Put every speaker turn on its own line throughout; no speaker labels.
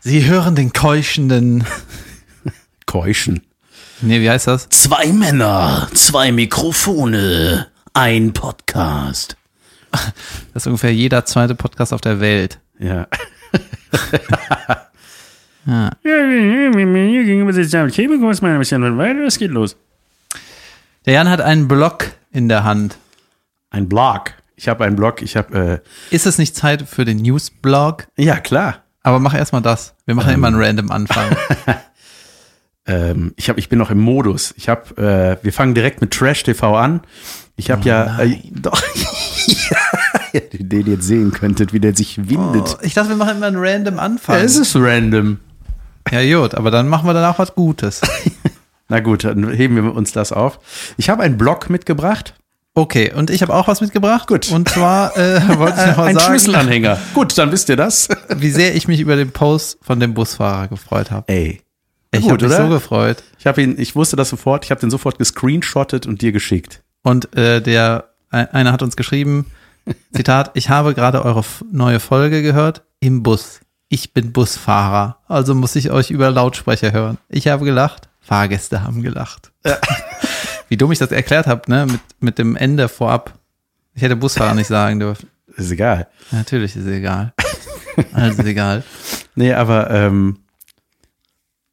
Sie hören den keuchenden.
Keuschen.
Nee, wie heißt das?
Zwei Männer, zwei Mikrofone, ein Podcast.
Das ist ungefähr jeder zweite Podcast auf der Welt.
Ja.
Mir gegenüber sitzt David Kebekus, mein Name ist Jan Weide, was geht los?
Der Jan hat einen Block in der Hand.
Ein Blog. Ich habe einen Blog. Ich habe.
Ist es nicht Zeit für den News-Blog?
Äh, ja, klar.
Aber mach erstmal das. Wir machen immer einen random Anfang.
Ähm, ich, hab, ich bin noch im Modus. Ich hab, äh, wir fangen direkt mit Trash TV an. Ich habe ja, äh, doch, ja, wenn ihr den jetzt sehen könntet, wie der sich windet.
Ich dachte, wir machen immer einen random Anfang.
ist random.
Ja, gut, aber dann machen wir danach was Gutes.
Na gut, dann heben wir uns das auf. Ich habe einen Blog mitgebracht.
Okay, und ich habe auch was mitgebracht.
Gut.
Und zwar äh, wollte ich noch mal
Ein
sagen,
Schlüsselanhänger. Gut, dann wisst ihr das.
wie sehr ich mich über den Post von dem Busfahrer gefreut habe.
Ey,
Ich
gut,
habe mich
oder?
so gefreut.
ich habe ihn, ich wusste das sofort. Ich habe den sofort gescreenshottet und dir geschickt.
Und äh, der ein- einer hat uns geschrieben, Zitat, ich habe gerade eure f- neue Folge gehört im Bus. Ich bin Busfahrer, also muss ich euch über Lautsprecher hören. Ich habe gelacht, Fahrgäste haben gelacht. Wie dumm ich das erklärt habe, ne? Mit, mit dem Ende vorab. Ich hätte Busfahrer nicht sagen dürfen.
Ist egal.
Natürlich ist egal. Also ist egal.
Nee, aber ähm,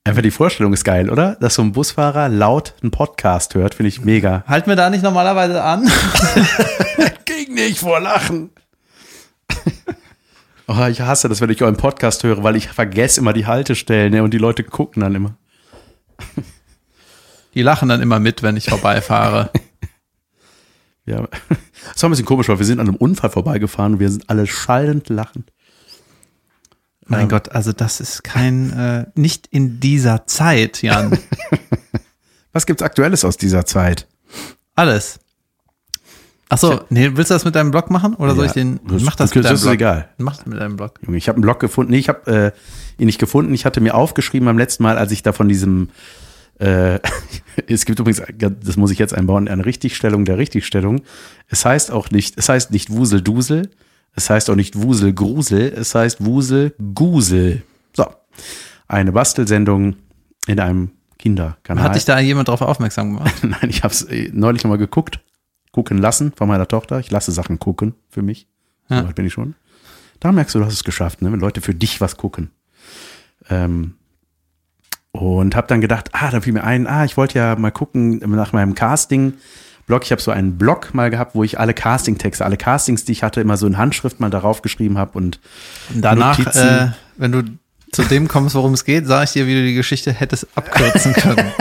einfach die Vorstellung ist geil, oder? Dass so ein Busfahrer laut einen Podcast hört, finde ich mega.
Halten wir da nicht normalerweise an?
Ging nicht vor Lachen. oh, ich hasse das, wenn ich euren Podcast höre, weil ich vergesse immer die Haltestellen ne, und die Leute gucken dann immer.
Die lachen dann immer mit, wenn ich vorbeifahre.
Ja. Das war ein bisschen komisch, weil wir sind an einem Unfall vorbeigefahren und wir sind alle schallend lachend.
Mein Gott, also das ist kein, äh, nicht in dieser Zeit, Jan.
Was gibt's Aktuelles aus dieser Zeit?
Alles. Ach so, nee, willst du das mit deinem Blog machen oder soll
Ja,
ich den?
das-
mach das
okay,
mit deinem
das ist
Blog.
egal.
Mach das mit deinem Blog.
Junge, ich habe einen Blog gefunden. Nee, ich habe äh, ihn nicht gefunden. Ich hatte mir aufgeschrieben beim letzten Mal, als ich da von diesem. Äh, es gibt übrigens, das muss ich jetzt einbauen, eine Richtigstellung der Richtigstellung. Es heißt auch nicht, es heißt nicht Wuseldusel. Es heißt auch nicht Wuselgrusel. Es heißt Wuselgusel. So. Eine Bastelsendung in einem Kinderkanal.
Hat dich da jemand drauf aufmerksam gemacht?
Nein, ich habe es neulich nochmal geguckt. Gucken lassen von meiner Tochter. Ich lasse Sachen gucken für mich.
Ja.
So weit bin ich schon. Da merkst du, du hast es geschafft, ne? wenn Leute für dich was gucken. Ähm, und habe dann gedacht, ah, da fiel mir ein, ah, ich wollte ja mal gucken nach meinem Casting-Blog. Ich habe so einen Blog mal gehabt, wo ich alle Casting-Texte, alle Castings, die ich hatte, immer so in Handschrift mal darauf geschrieben habe und
Und danach,
Notizen.
äh, wenn du zu dem kommst, worum es geht, sage ich dir, wie du die Geschichte hättest abkürzen können.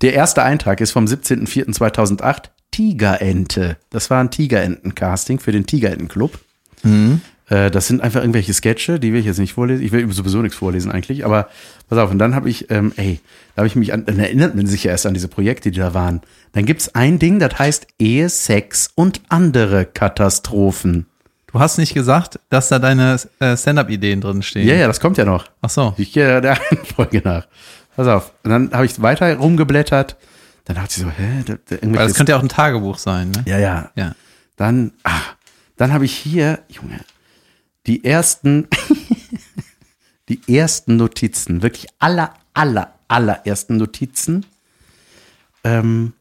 Der erste Eintrag ist vom 17.04.2008. Tigerente. Das war ein Tigerenten-Casting für den Tigerenten-Club.
Mhm.
Äh, Das sind einfach irgendwelche Sketche, die will ich jetzt nicht vorlesen. Ich will sowieso nichts vorlesen eigentlich, aber pass auf. Und dann habe ich, ähm, ey, da habe ich mich an, dann erinnert man sich ja erst an diese Projekte, die da waren. Dann gibt's ein Ding, das heißt Ehe, Sex und andere Katastrophen.
Du hast nicht gesagt, dass da deine äh, Stand-up-Ideen drin stehen.
Ja, ja, das kommt ja noch.
Ach so.
Ich gehe der einen Folge nach. Pass auf. Und dann habe ich weiter rumgeblättert. Dann dachte ich so, hä? Da, da,
Weil
irgendwelche-
das könnte ja auch ein Tagebuch sein, ne?
ja, ja,
Ja.
Dann, ah, dann habe ich hier, Junge, die ersten, die ersten Notizen, wirklich aller, aller, allerersten Notizen ähm,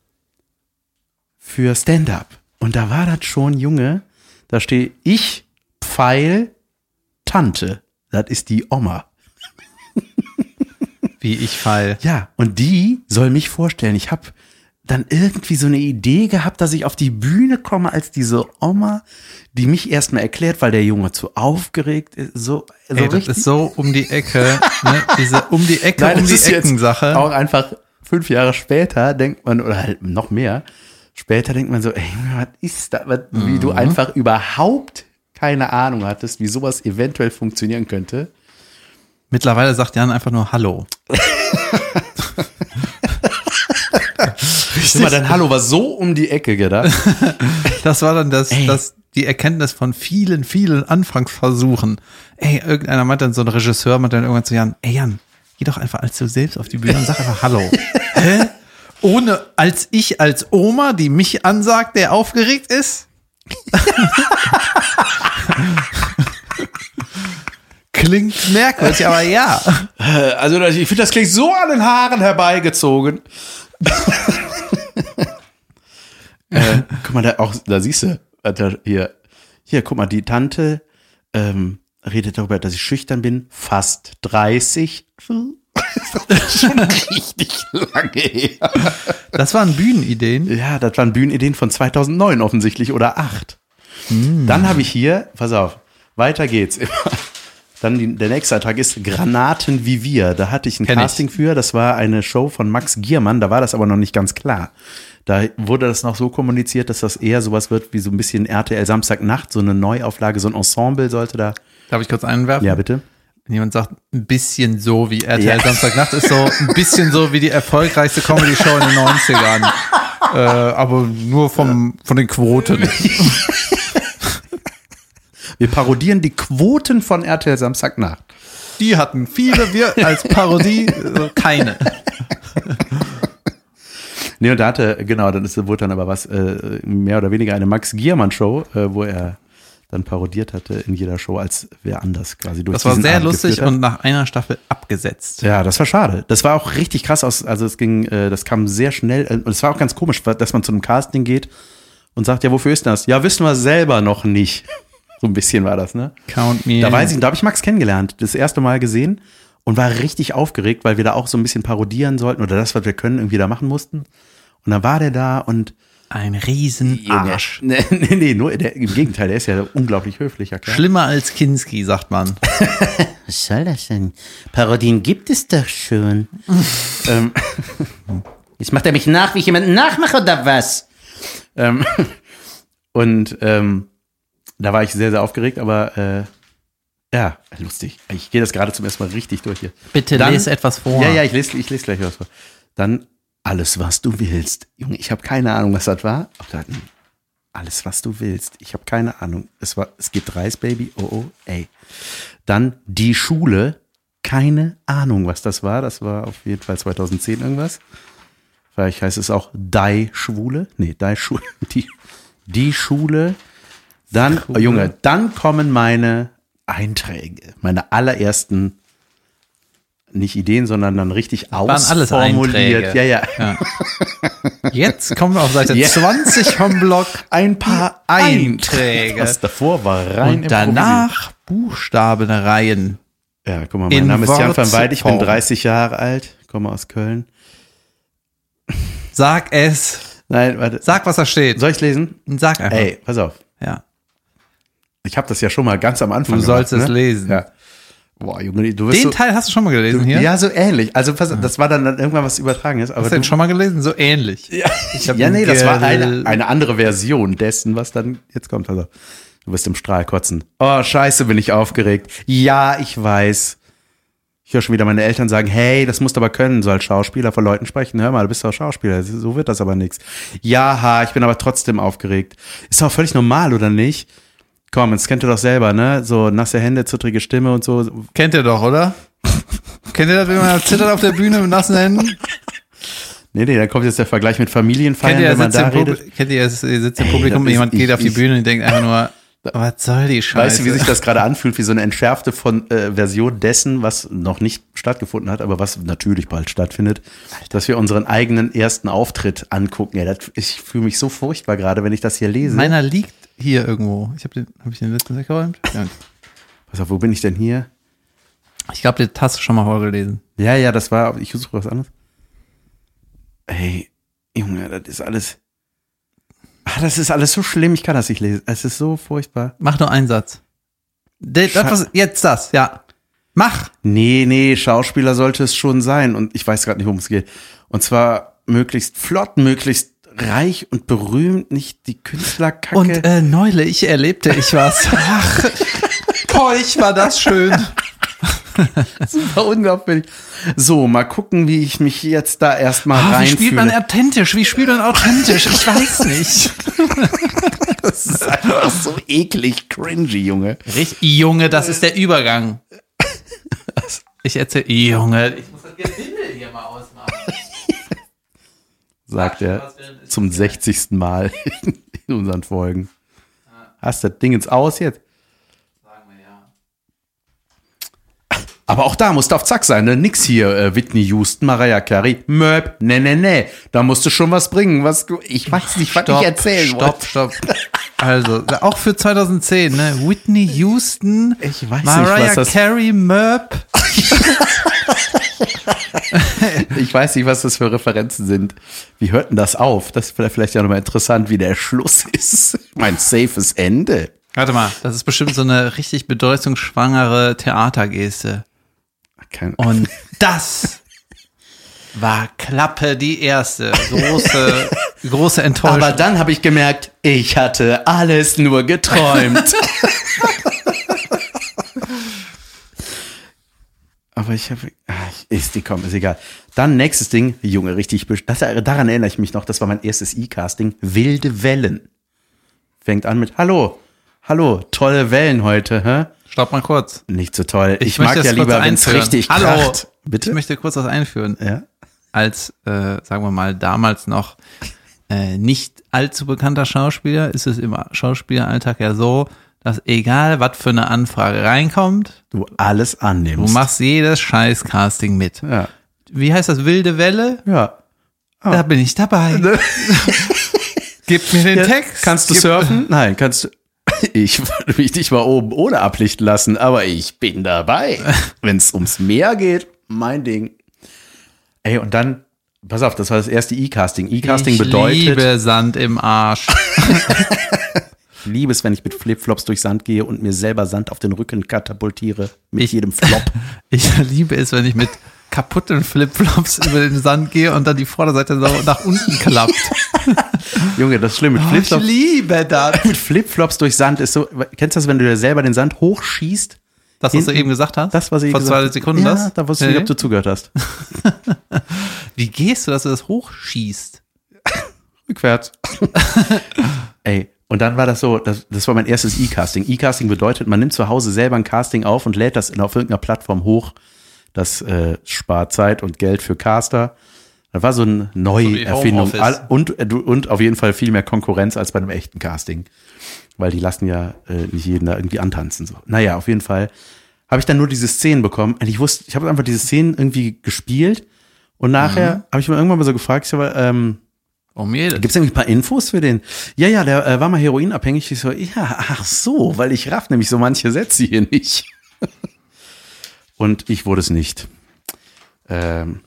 für Stand-up. Und da war das schon, Junge, da stehe ich, Pfeil, Tante. Das ist die Oma.
Wie ich fall.
Ja, und die soll mich vorstellen. Ich habe dann irgendwie so eine Idee gehabt, dass ich auf die Bühne komme als diese Oma, die mich erstmal erklärt, weil der Junge zu aufgeregt ist. So, so
Ey, das ist so um die Ecke, ne? diese um die Ecke, um
das
die
ist jetzt
Ecken-Sache.
Auch einfach fünf Jahre später denkt man, oder halt noch mehr, später denkt man so, ey, was ist da, was, wie du einfach überhaupt keine Ahnung hattest, wie sowas eventuell funktionieren könnte.
Mittlerweile sagt Jan einfach nur Hallo.
Richtig. Immer dein Hallo war so um die Ecke gedacht.
Das war dann das, das, die Erkenntnis von vielen, vielen Anfangsversuchen. Ey, irgendeiner meint dann, so ein Regisseur meint dann irgendwann zu Jan, ey Jan, geh doch einfach als du selbst auf die Bühne und sag einfach Hallo. Hä? Ohne, als ich als Oma, die mich ansagt, der aufgeregt ist? Klingt merkwürdig, aber ja.
Also das- ich finde, das klingt so an den Haaren herbeigezogen. äh, guck mal, da, auch, da siehst du, Alter, hier, hier, guck mal, die Tante ähm, redet darüber, dass ich schüchtern bin, fast 30. Das ist schon richtig lange her.
Das waren Bühnenideen.
Ja, das waren Bühnenideen von 2009 offensichtlich oder 8. Dann habe ich hier, pass auf, weiter geht's. Dann die, der nächste Tag ist Granaten wie wir. Da hatte ich ein
Kenn ich.
Casting für, das war eine Show von Max Giermann, da war das aber noch nicht ganz klar. Da wurde das noch so kommuniziert, dass das eher sowas wird wie so ein bisschen RTL Samstagnacht, so eine Neuauflage, so ein Ensemble sollte da.
Darf ich kurz einwerfen?
Ja, bitte.
Wenn jemand sagt, ein bisschen so wie RTL
Ja.
Samstagnacht ist so, ein bisschen so wie die erfolgreichste Comedy-Show in den 90ern. Äh, aber nur vom, von den Quoten.
Wir parodieren die Quoten von RTL Samstagnacht.
Die hatten viele, wir als Parodie äh, keine.
Nee, und da hatte, genau, dann ist, wurde dann aber was, äh, mehr oder weniger eine Max Giermann-Show, äh, wo er dann parodiert hatte in jeder Show, als wer anders quasi durch
Das war
diesen
sehr
Abend
lustig
geführt hat.
und nach einer Staffel abgesetzt.
Ja, das war schade. Das war auch richtig krass aus, also es ging, äh, das kam sehr schnell äh, und es war auch ganz komisch, wa- dass man zu einem Casting geht und sagt, ja, wofür ist denn das? Ja, wissen wir selber noch nicht. So ein bisschen war das, ne?
Count me.
Da
in.
weiß ich, da habe ich Max kennengelernt, das erste Mal gesehen und war richtig aufgeregt, weil wir da auch so ein bisschen parodieren sollten oder das, was wir können, irgendwie da machen mussten. Und dann war der da und
ein riesen
Junge.
Arsch.
Nee, nee, nee nur der, im Gegenteil, der ist ja unglaublich höflicher. Kerl.
Schlimmer als Kinski, sagt man.
Was soll das denn? Parodien gibt es doch schon.
Ähm,
Jetzt macht er mich nach, wie ich jemanden nachmache oder was?
ähm, und ähm, da war ich sehr, sehr aufgeregt, aber äh, ja, lustig. Ich gehe das gerade zum ersten Mal richtig durch hier.
Bitte
Dann-
lese etwas vor.
Ja, ja, ich lese, ich lese gleich was vor. Dann alles, was du willst. Junge, ich habe keine Ahnung, was das war. Ach, da, hat- alles, was du willst. Ich habe keine Ahnung. Es, war, es gibt Reis, Baby. Oh, oh, ey. Dann die Schule. Keine Ahnung, was das war. Das war auf jeden Fall 2010 irgendwas. Vielleicht heißt es auch Die Schwule. Nee, Die Schule. Die, die Schule. Dann, oh, Junge, dann kommen meine Einträge. Meine allerersten, nicht Ideen, sondern dann richtig
alles
ausformuliert.
Einträge.
Ja, ja.
Jetzt kommen wir auf Seite
Ja.
20 vom Blog.
Ein paar
Einträge.
Das davor war rein
Und danach Buchstabenreihen.
Ja, guck mal,
In
mein Name ist Jan van Weid, ich bin
Wortform.
30 Jahre alt, komme aus Köln.
Sag es.
Nein, warte.
Sag, was da steht.
Soll ich lesen?
Sag einfach.
Ey, pass auf.
Ja.
Ich habe das ja schon mal ganz am Anfang ne?
Du sollst es lesen.
Ja. Boah, Junge, du wirst
Den
so,
Teil hast du schon mal gelesen hier?
Ja, so ähnlich. Also pass, auf, das war dann, dann irgendwann was Übertragenes. Aber
Ah. Hast du den
du-
schon mal gelesen? So ähnlich. Ja, ich hab
ja,
den
nee, das war
gel-
eine, eine andere Version dessen, was dann jetzt kommt. Also, du wirst im Strahl kotzen. Oh, scheiße, bin ich aufgeregt. Ja, ich weiß. Ich höre schon wieder meine Eltern sagen, hey, das musst du aber können, so als Schauspieler vor Leuten sprechen. Hör mal, du bist doch Schauspieler, so wird das aber nichts. Ja, ha, ich bin aber trotzdem aufgeregt. Ist doch völlig normal, oder nicht? Komm, das kennt ihr doch selber, ne? So nasse Hände, zittrige Stimme und so.
Kennt ihr doch, oder? Kennt ihr das, wenn man zittert auf der Bühne mit nassen Händen?
Nee, nee, dann kommt jetzt der Vergleich mit Familienfeiern,
Kennt ihr,
wenn
ihr
man
sitzt,
da
im, Pub-
redet.
kennt ihr, ihr sitzt im
Ey,
Publikum
das ist-
jemand
ich-
geht auf die
ich-
Bühne und denkt einfach nur, was soll die Scheiße?
Weißt du, wie sich das gerade anfühlt, wie so eine entschärfte von, äh, Version dessen, was noch nicht stattgefunden hat, aber was natürlich bald stattfindet, dass wir unseren eigenen ersten Auftritt angucken. Ja, das, ich fühle mich so furchtbar gerade, wenn ich das hier lese.
Meiner liegt hier irgendwo. Ich habe den, hab ich den letzten weggeräumt? Ja.
Pass auf, wo bin ich denn hier?
Ich glaube, den hast du schon mal vorgelesen.
Ja, ja, das war, ich suche was anderes. Ey, Junge, das ist alles. Ah, das ist alles so schlimm, ich kann das nicht lesen. Es ist so furchtbar.
Mach nur einen Satz. De, das, was, jetzt das, ja. Mach!
Nee, nee, Schauspieler sollte es schon sein. Und ich weiß gerade nicht, worum es geht. Und zwar möglichst flott, möglichst reich und berühmt, nicht die Künstlerkacke.
Und äh, neulich erlebte ich was. Ach, Ah, keuch war das schön.
War unglaublich. So, mal gucken, wie ich mich jetzt da erstmal
Ah, wie
reinfühle.
spielt man authentisch? Wie spielt man authentisch? Ich weiß nicht.
das ist einfach so eklig cringy, Junge.
Richtig, Junge, das ist der Übergang. Ich erzähle, Junge, ich muss das Gewindel hier mal ausmachen.
Sagt er zum 60. Mal in unseren Folgen. Hast das Ding jetzt aus jetzt? Aber auch da musst du auf Zack sein, ne? Nix hier, äh, Whitney Houston, Mariah Carey, Möb, ne, ne, ne. Da musst du schon was bringen, was du, ich weiß nicht, was ich erzählen
stopp, stopp. Also, auch für 2010, ne? Whitney Houston,
Ich weiß nicht,
Mariah
was das-
Carey, Merp.
wollte. Ich weiß nicht, was das für Referenzen sind. Wie hört denn das auf? Das ist vielleicht ja nochmal interessant, wie der Schluss ist. Mein safes Ende.
Warte mal, das ist bestimmt so eine richtig bedeutungsschwangere Theatergeste.
Kein,
Und das war Klappe die erste. Große, große Enttäuschung.
Aber dann habe ich gemerkt, ich hatte alles nur geträumt. Aber ich habe, ah, ist die komm, ist egal. Dann nächstes Ding, Junge, richtig, besch- das, daran erinnere ich mich noch, das war mein erstes E-Casting, Wilde Wellen. Fängt an mit, hallo, hallo, tolle Wellen heute, hä?
Stopp mal kurz.
Nicht so toll. Ich,
möchte
mag
es
ja
kurz
lieber, wenn es
einführen.
richtig
Hallo.
kracht.
Ich
Bitte?
möchte kurz was einführen.
ja.
als, äh, sagen wir mal, damals noch äh, nicht allzu bekannter Schauspieler, ist es im Schauspieleralltag ja so, dass egal, was für eine Anfrage reinkommt,
Du alles
du
annimmst.
machst jedes scheiß Casting mit.
ja.
Wie heißt das? Wilde Welle?
Ja. Ah.
Da bin ich dabei. Gib mir den
Ja,
Text.
Kannst du
Gib-
surfen? Nein, kannst du. Ich würde mich nicht mal oben ohne ablichten lassen, aber ich bin dabei. Wenn es ums Meer geht, mein Ding. Ey, und dann, pass auf, das war das erste E-Casting. E-Casting
ich
bedeutet,
liebe Sand im Arsch.
ich liebe es, wenn ich mit Flipflops durch Sand gehe und mir selber Sand auf den Rücken katapultiere. Mit
Ich-
jedem Flop.
Ich liebe es, wenn ich mit kaputten Flipflops über den Sand gehe und dann die Vorderseite so nach unten klappt.
Junge, das ist schlimm. Mit
Oh, Ich
Flipflops
liebe das.
mit Flipflops durch Sand ist so. Kennst du das, wenn du dir selber den Sand hochschießt?
Das, was du
Hinten-
eben gesagt hast?
Das, was ich
Vor
gesagt
zwei
habe.
Sekunden
ja,
das?
Da wusste ich
Nee.
nicht, ob du zugehört hast.
Wie gehst du, dass du das hochschießt?
Rückwärts. Ey, und dann war das so, das, das war mein erstes E-Casting. E-Casting bedeutet, man nimmt zu Hause selber ein Casting auf und lädt das in, auf irgendeiner Plattform hoch. Das äh, spart Zeit und Geld für Caster. Das war so eine Neuerfindung.
Homeoffice.
All- und, äh, du- und auf jeden Fall viel mehr Konkurrenz als bei einem echten Casting. Weil die lassen ja äh, nicht jeden da irgendwie antanzen. So. Naja, auf jeden Fall habe ich dann nur diese Szenen bekommen. Und ich wusste, ich habe einfach diese Szenen irgendwie gespielt. Und nachher habe ich mir irgendwann mal so gefragt, ich sag mal, ähm,
Um jedes.
Gibt es irgendwie ein paar Infos für den? Ja, ja, der äh, war mal heroinabhängig. Ich so, ja, ach so, weil ich raff nämlich so manche Sätze hier nicht. Und ich wurde es nicht. Ähm,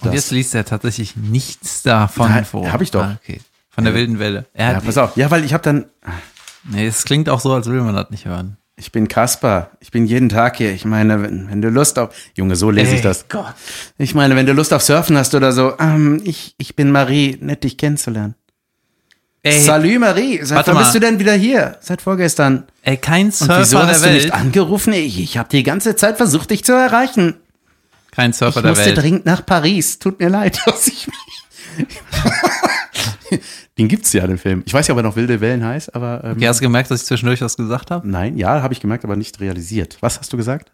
Und jetzt liest er tatsächlich nichts davon
Nein,
vor.
hab ich doch. Äh,
Ah, okay. Von der wilden Welle. Er
ja,
hat,
pass auf. Ja, weil ich habe dann,
Nee, es klingt auch so, als will man das nicht hören.
ich bin Kasper, ich bin jeden Tag hier. Ich meine, wenn, wenn du Lust auf, Junge, so lese ich
Ey,
das. Gott. Ich meine, wenn du Lust auf Surfen hast oder so, ähm, ich, ich bin Marie, nett dich kennenzulernen.
Ey,
Salü Marie, seit
Warte
wann
mal.
bist du denn wieder hier? Seit vorgestern.
ey kein
Und
Surfer
wieso
der
hast du
Welt.
nicht angerufen? Ich, ich habe die ganze Zeit versucht, dich zu erreichen.
Kein Surfer
Ich
der
musste
Welt.
dringend nach Paris. Tut mir leid, dass ich mich- Den gibt's ja, den Film. Ich weiß ja, ob er noch Wilde Wellen heißt, aber ähm,
Du hast du gemerkt, dass ich zwischendurch was gesagt habe?
nein, ja, habe ich gemerkt, aber nicht realisiert. Was hast du gesagt?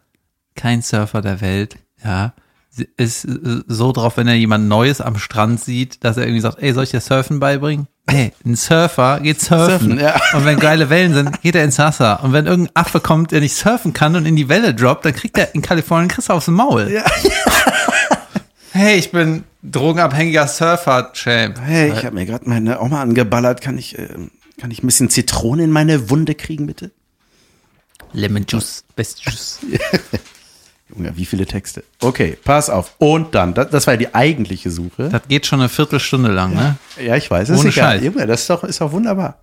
Kein Surfer der Welt, ja. Sie- Ist äh, so drauf, wenn er jemand Neues am Strand sieht, dass er irgendwie sagt, ey, soll ich dir Surfen beibringen? Nee, ein Surfer geht surfen.
Surfen, ja.
Und wenn geile Wellen sind, geht er ins Wasser. Und wenn irgendein Affe kommt, der nicht surfen kann und in die Welle droppt, dann kriegt er in Kalifornien Chris aufs Maul. hey, ich bin drogenabhängiger Surfer-Champ.
Hey, ich habe mir gerade meine Oma angeballert. Kann ich, ähm, kann ich ein bisschen Zitrone in meine Wunde kriegen, bitte?
Lemon Juice, Best Juice.
Junge, wie viele Texte. Okay, pass auf. Und dann, das, das war ja die eigentliche Suche.
Das geht schon eine Viertelstunde lang, ne?
ja, ich weiß, ist
Ohne
egal.
Scheiß.
Junge, das ist doch, ist doch wunderbar.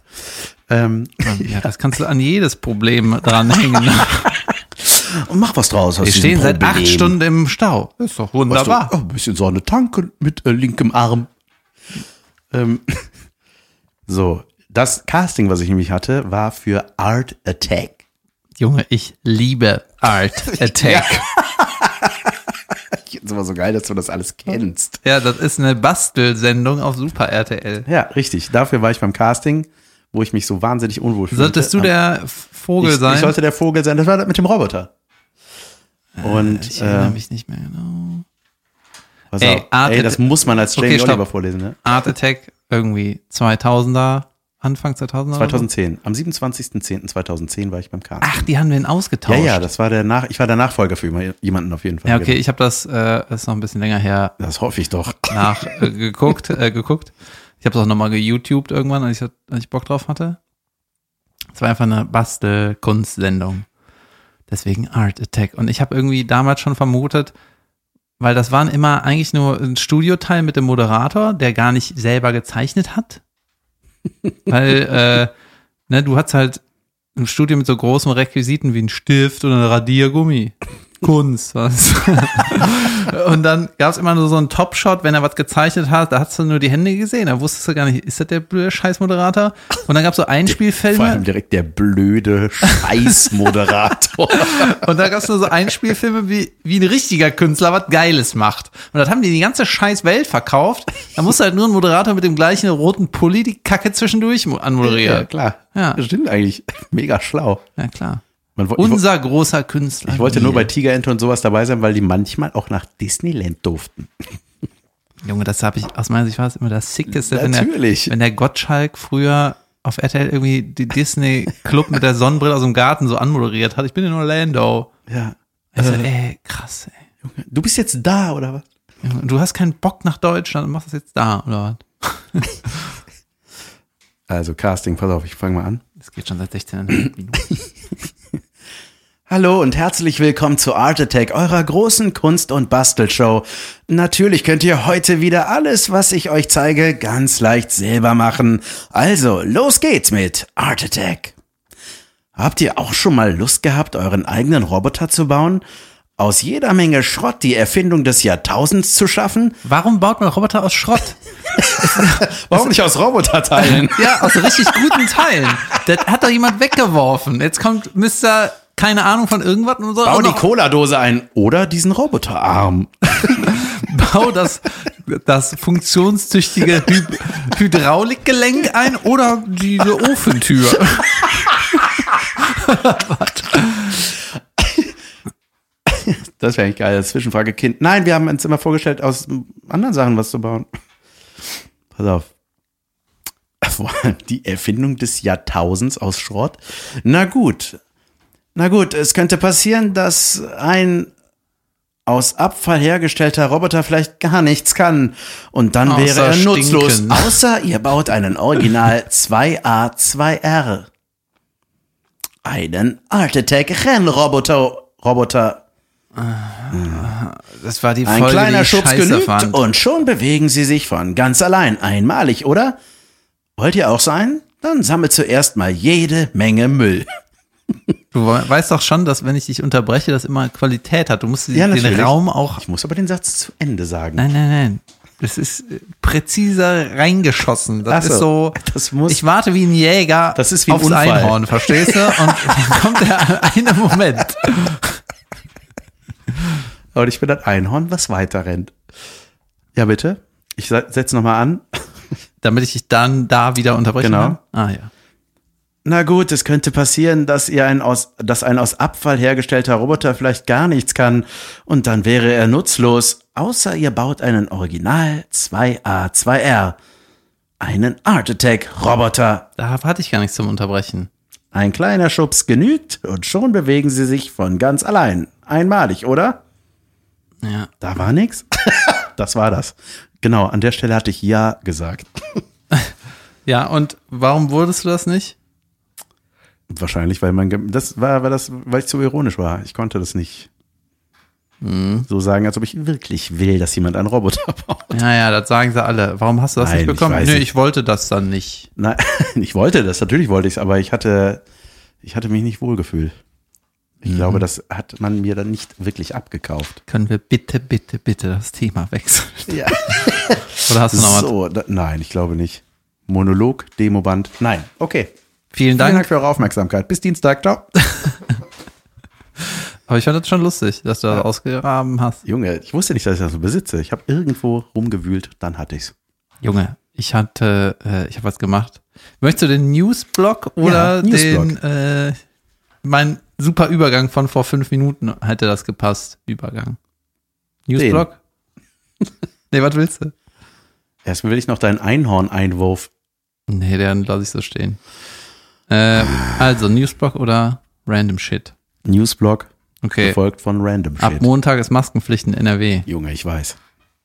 Ähm,
Ja, das kannst du an jedes Problem dranhängen.
und mach was draus aus
Wir
diesem
stehen seit acht
Problem.
Stunden im Stau. Ist doch
Weißt du,
wunderbar.
oh, ein bisschen Sonne tanken mit äh, linkem Arm. Ähm, so, das Casting, was ich nämlich hatte, war für Art Attack.
Junge, ich liebe Art Attack.
Das ist immer so geil, dass du das alles kennst.
ja. das ist eine Bastelsendung auf Super RTL.
Ja, richtig. Dafür war ich beim Casting, wo ich mich so wahnsinnig unwohl fühlte. Ähm,
Solltest du der Vogel
ich,
sein?
Ich sollte der Vogel sein. Das war das mit dem Roboter. Und
Ah, ich
äh,
erinnere mich nicht mehr genau.
pass
Ey,
auf.
Art
ey, das
Attack-
muss man als Jamie
Okay, stopp. Oh.
Oliver vorlesen. Ne?
Art Attack, irgendwie 2000er, Anfang 2000 oder so?
2010. Am 27.10.2010 war ich beim Casting.
Ach, die haben den
ja,
ausgetauscht.
ja, das war der Nach ich war der Nachfolger für immer- jemanden auf jeden Fall.
Ah, Ja, okay,
Genau.
ich habe das, äh, das ist noch ein bisschen länger her
Das hoffe ich doch.
nachgeguckt. Äh, geguckt, äh, geguckt. Ich habe es auch nochmal geYouTubed irgendwann, als ich, als ich Bock drauf hatte. Es war einfach eine Bastel-Kunstsendung. Deswegen Art Attack. Und ich habe irgendwie damals schon vermutet, weil das waren immer eigentlich nur ein Studioteil mit dem Moderator, der gar nicht selber gezeichnet hat. weil, äh, ne, du hattest halt im Studio mit so großen Requisiten wie ein Stift oder ein Radiergummi. Kunst, was? Und dann gab es immer nur so einen Top-Shot, wenn er was gezeichnet hat, da hast du nur die Hände gesehen, da wusstest du gar nicht, ist das der blöde Scheißmoderator? Und dann gab es so
Vor allem
Einspielfilme
direkt der blöde Scheißmoderator.
und da gab es nur so Einspielfilme, wie, wie ein richtiger Künstler was Geiles macht. Und das haben die die ganze scheiß Welt verkauft. Da musste halt nur ein Moderator mit dem gleichen roten Pulli die Kacke zwischendurch mo-
ja,
anmoderieren.
klar.
Ja.
Das stimmt eigentlich. Mega schlau.
Ja, klar.
Man, wo- ich wo-
Unser großer Künstler.
ich wollte nur bei Tigerente und sowas dabei sein, weil die manchmal auch nach Disneyland durften.
Junge, das habe ich, aus meiner Sicht war es immer das Sickeste, wenn der,
Natürlich.
wenn der Gottschalk früher auf RTL irgendwie die Disney Club mit der Sonnenbrille aus dem Garten so anmoderiert hat. Ich bin in Orlando.
Ja.
Also, ey, krass, ey.
Du bist jetzt da, oder was?
Junge, Du hast keinen Bock nach Deutschland und machst das jetzt da, oder was?
Also Casting, pass auf, ich fange mal an.
Das geht schon seit 16 Minuten.
Hallo und herzlich willkommen zu Art Attack, eurer großen Kunst- und Bastelshow. Natürlich könnt ihr heute wieder alles, was ich euch zeige, ganz leicht selber machen. Also, los geht's mit Art Attack. Habt ihr auch schon mal Lust gehabt, euren eigenen Roboter zu bauen? Aus jeder Menge Schrott die Erfindung des Jahrtausends zu schaffen?
Warum baut man Roboter aus Schrott?
Warum nicht aus Roboterteilen?
Ja, aus richtig guten Teilen. Das hat doch jemand weggeworfen. Jetzt kommt Mr. Keine Ahnung von irgendwas und so.
Bau
auch
die
noch-
Cola-Dose ein oder diesen Roboterarm.
bau das, das funktionstüchtige Hy Hydraulikgelenk ein oder diese Ofentür.
Das wäre eigentlich geil, als Zwischenfrage Kind. Nein, wir haben uns immer vorgestellt, aus anderen Sachen was zu bauen. Pass auf. Vor allem Die Erfindung des Jahrtausends aus Schrott. Na gut. Na gut, es könnte passieren, dass ein aus Abfall hergestellter Roboter vielleicht gar nichts kann. Und dann
Außer
wäre er nutzlos.
stinken.
Außer ihr baut einen Original 2A2R. Einen Art Attack Rennroboter. Roboter
Das war die
ein
Folge, die
kleiner
ich
Schubs
scheiße
genügt
fand.
und schon bewegen sie sich von ganz allein, einmalig, oder? Wollt ihr auch sein? Dann sammelt zuerst mal jede Menge Müll.
Du we- weißt doch schon, dass wenn ich dich unterbreche, das immer Qualität hat. Du musst
Ja,
den
natürlich.
Raum auch.
Ich muss aber den Satz zu Ende sagen.
Nein, nein, nein. Das ist äh, präziser reingeschossen. Das
Ach
ist so.
so. Das muss-
ich warte wie ein Jäger
Das ist wie ein
aufs
Unfall.
Einhorn, verstehst du? Und dann kommt der eine Moment.
Und ich bin das Einhorn, was weiter rennt. Ja, bitte. Ich se- setze nochmal an.
Damit ich dich dann da wieder unterbrechen
Genau.
kann. Ah ja.
Na gut, es könnte passieren, dass ihr ein aus, dass ein aus Abfall hergestellter Roboter vielleicht gar nichts kann und dann wäre er nutzlos, außer ihr baut einen Original 2A2R. Einen Art Attack Roboter
Da hatte ich gar nichts zum Unterbrechen.
Ein kleiner Schubs genügt und schon bewegen sie sich von ganz allein. Einmalig, oder?
Ja.
Da war nix. das war das. Genau, an der Stelle hatte ich Ja gesagt.
Ja, und warum wurdest du das nicht?
Wahrscheinlich, weil man, gem- das war, weil das, weil ich zu ironisch war. Ich konnte das nicht
Mhm.
so sagen, als ob ich wirklich will, dass jemand einen Roboter baut.
Ja, ja, das sagen sie alle. Warum hast du das
Nein,
nicht
ich
bekommen?
weiß
Nö,
nicht.
ich wollte das dann nicht.
Nein, ich wollte das, natürlich wollte ich es, aber ich hatte, ich hatte mich nicht wohlgefühlt.
Mhm.
Ich glaube, das hat man mir dann nicht wirklich abgekauft.
Können wir bitte, bitte, bitte das Thema wechseln?
Ja.
Oder hast du noch was?
So, da, nein, ich glaube nicht. Monolog, Demoband. Nein. Okay.
Vielen
Vielen
Dank.
Dank für eure Aufmerksamkeit. Bis Dienstag. Ciao.
Aber ich fand das schon lustig, dass du das ausgegraben hast.
Junge, ich wusste nicht, dass ich das besitze. Ich habe irgendwo rumgewühlt, dann hatte ich's.
Junge, ich hatte, äh, ich habe was gemacht. Möchtest du den Newsblock oder
Ja, Newsblock.
den, äh, mein super Übergang von vor fünf Minuten hätte das gepasst. Übergang. Newsblock? nee, was willst du?
Erstmal will ich noch deinen Einhorn-Einwurf
Nee, dann lasse ich so stehen. Äh, also, Newsblock oder Random Shit?
Newsblog,
Okay.
gefolgt von Random Shit.
Ab Montag ist Maskenpflicht in NRW.
Junge, ich weiß.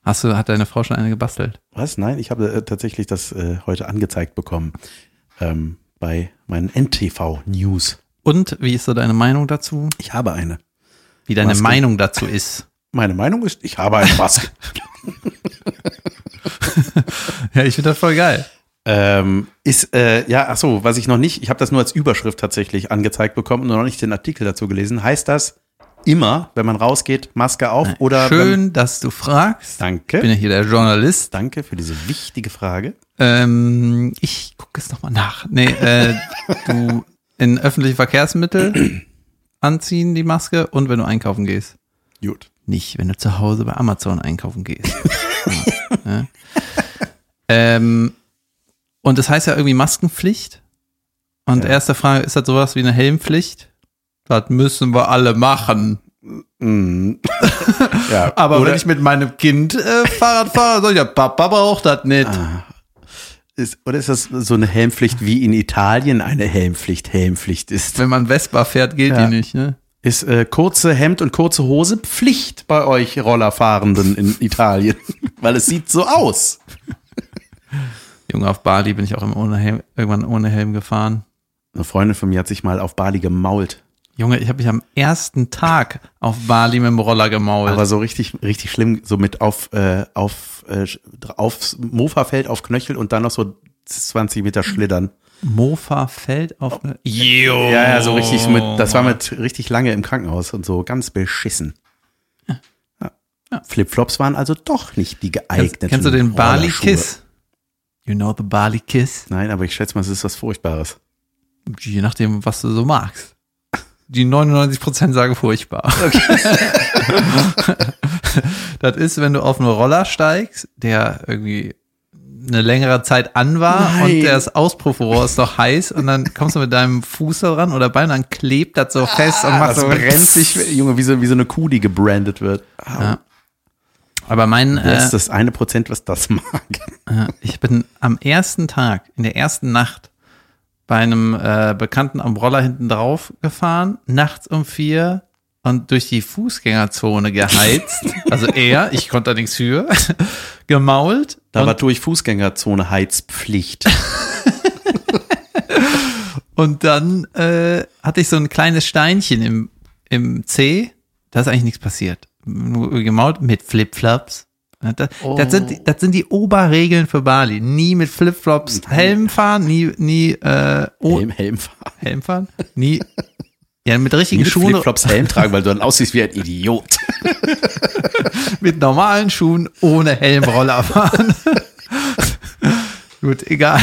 Hast du, hat deine Frau schon eine gebastelt?
Was? Nein, ich habe äh, tatsächlich das äh, heute angezeigt bekommen ähm, bei meinen NTV News.
Und wie ist so deine Meinung dazu?
Ich habe eine.
Wie deine
Maske.
Meinung dazu ist?
Meine Meinung ist, ich habe eine Maske.
Ja, ich finde das voll geil.
ähm, ist, äh, ja, ach so, was ich noch nicht, ich habe das nur als Überschrift tatsächlich angezeigt bekommen und noch nicht den Artikel dazu gelesen. Heißt das immer, wenn man rausgeht, Maske auf oder Wenn,
Schön, dass du fragst. Ich bin
danke.
ja hier der Journalist.
Danke für diese wichtige Frage.
Ähm, ich gucke es nochmal nach. Nee, äh, du in öffentlichen Verkehrsmittel anziehen die Maske und wenn du einkaufen gehst.
Gut.
Nicht, wenn du zu Hause bei Amazon einkaufen gehst. ja, ne? ähm, und das heißt ja irgendwie Maskenpflicht. Und
Ja.
erste Frage, ist das sowas wie eine Helmpflicht? Das müssen wir alle machen.
Mm. ja,
Aber
oder-
wenn ich mit meinem Kind äh, Fahrrad fahre, soll ich ja, Papa braucht das nicht.
Ist, oder ist das so eine Helmpflicht, wie in Italien eine Helmpflicht Helmpflicht ist?
Wenn man Vespa fährt, gilt
Ja.
die nicht, ne?
Ist äh, kurze Hemd und kurze Hose Pflicht bei euch Rollerfahrenden in Italien? Weil es sieht so aus.
Junge, auf Bali bin ich auch immer ohne Helm, irgendwann ohne Helm gefahren.
Eine Freundin von mir hat sich mal auf Bali gemault.
Junge, ich habe mich am ersten Tag auf Bali mit dem Roller gemault.
Aber so richtig, richtig schlimm, so mit auf, äh, auf, äh, aufs Mofa-Feld, auf Knöchel und dann noch so 20 Meter schlittern.
Mofa fällt auf eine. Jo.
Ja, ja, so richtig mit, das war mit richtig lange im Krankenhaus und so ganz beschissen. Ja. Flipflops waren also doch nicht die
Kennst,
geeigneten.
kennst du den Bali
Rollerschuhe.
Kiss? You know the Bali Kiss?
Nein, aber ich schätze mal, es ist was Furchtbares.
Je nachdem, was du so magst. Die 99% sagen furchtbar. das ist, wenn du auf einen Roller steigst, der irgendwie eine längere Zeit an war
Nein.
und das Auspuffrohr ist noch heiß und dann kommst du mit deinem Fuß da dran oder Bein, dann klebt das so fest und macht
das
so
Ah, also brennt sich, Junge, wie so, wie so eine Kuh, die gebrandet wird.
Ja. Aber mein,
Das
äh,
ist das eine Prozent, was das mag.
Ja, ich bin am ersten Tag, in der ersten Nacht, bei einem äh, Bekannten am Roller hinten drauf gefahren, nachts um vier und durch die Fußgängerzone geheizt. also er, ich konnte da nichts für, gemault.
Da war
und,
durch Fußgängerzone Heizpflicht.
und dann äh, hatte ich so ein kleines Steinchen im, im C. Da ist eigentlich nichts passiert. Nur gemault mit Flipflops. Das, das, sind, das sind die Oberregeln für Bali. Nie mit Flipflops Helm fahren, nie, nie äh, oh,
Helm, Helm fahren.
Helm fahren? Nie. Ja, mit richtigen
Mit
Schuhen,
Flipflops Helm tragen, weil du dann aussiehst wie ein Idiot.
mit normalen Schuhen, ohne Helmroller fahren. Gut, egal.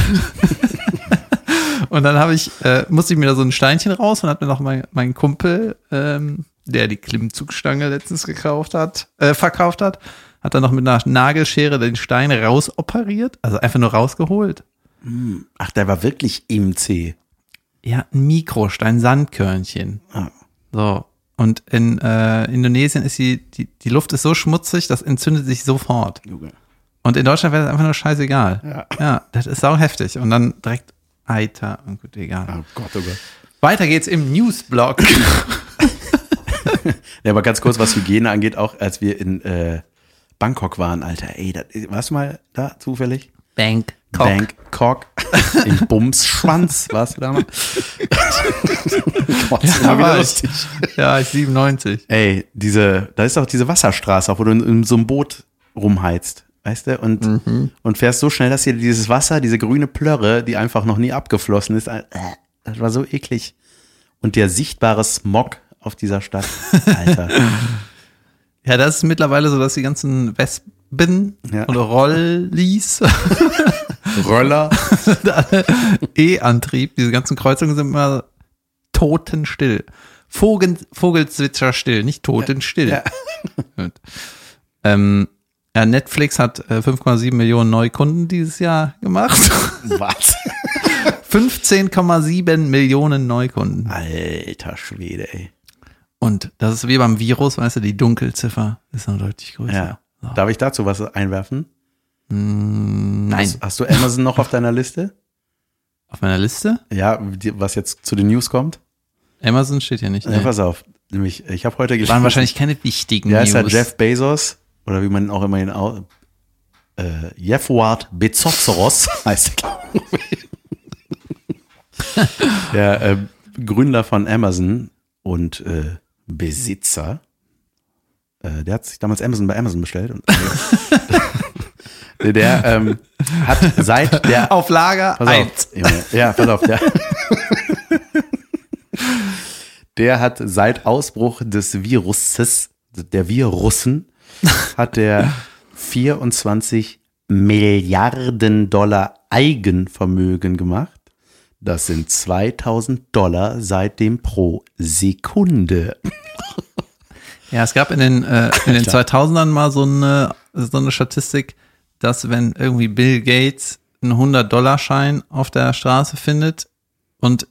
und dann habe ich, äh, musste ich mir da so ein Steinchen raus und hat mir noch mein, mein Kumpel, ähm, der die Klimmzugstange letztens gekauft hat, äh, verkauft hat, hat dann noch mit einer Nagelschere den Stein rausoperiert, also einfach nur rausgeholt.
Ach, der war wirklich im C.
Ja, ein Mikrostein, Sandkörnchen.
Ah.
So. Und in äh, Indonesien ist die, die, die Luft ist so schmutzig, das entzündet sich sofort.
Junge.
Und in Deutschland wäre das einfach nur scheißegal. Ja. das ist auch heftig. Und dann direkt Eiter und gut, egal.
Oh Gott, oh Gott.
Weiter geht's im Newsblog.
Ja, aber ganz kurz, was Hygiene angeht, auch als wir in äh, Bangkok waren, Alter, ey, da, warst du mal da zufällig?
Bank.
Bangkok. Im Bumsschwanz warst du da mal? Gott, das war wieder
war ich.
lustig.
Ja, ich 97.
Ey, diese, da ist auch diese Wasserstraße, auch wo du in, in so einem Boot rumheizt, weißt du? Und, und fährst so schnell, dass dir dieses Wasser, diese grüne Plörre, die einfach noch nie abgeflossen ist, äh, das war so eklig. Und der sichtbare Smog auf dieser Stadt, Alter.
Ja, das ist mittlerweile so, dass die ganzen Wespen
Ja.
und Rollis
Röller.
E-Antrieb, diese ganzen Kreuzungen sind immer totenstill. Vogel, Vogelzwitscher still, nicht totenstill.
Ja.
Gut. ähm, ja, Netflix hat äh, 5,7 Millionen Neukunden dieses Jahr gemacht.
Was?
15,7 Millionen Neukunden.
Alter Schwede, ey.
Und das ist wie beim Virus, weißt du, die Dunkelziffer ist noch deutlich größer.
Ja.
So.
Darf ich dazu was einwerfen?
Mm, Nein.
Hast, hast du Amazon noch auf deiner Liste?
Auf meiner Liste?
Ja, die, was jetzt zu den News kommt.
Amazon steht hier nicht.
Ja,
Nee.
pass auf. Nämlich, ich habe heute gelesen.
Waren wahrscheinlich keine wichtigen
Ja,
News.
ist ja Jeff Bezos oder wie man ihn auch immer ihn au- äh, Jeff Ward Bezos heißt er, glaube ich. Der äh, Gründer von Amazon und äh, Besitzer. Äh, der hat sich damals Amazon bei Amazon bestellt. Und, der ähm, hat seit der
Auf Lager
Pass auf, Junge. Ja, pass auf. Der, der hat seit Ausbruch des Viruses, der Virussen, hat der 24 Milliarden Dollar Eigenvermögen gemacht. Das sind 2000 Dollar seitdem pro Sekunde.
Ja, es gab in den, äh, in den 2000ern mal so eine, so eine Statistik, dass wenn irgendwie Bill Gates einen 100-Dollar-Schein auf der Straße findet und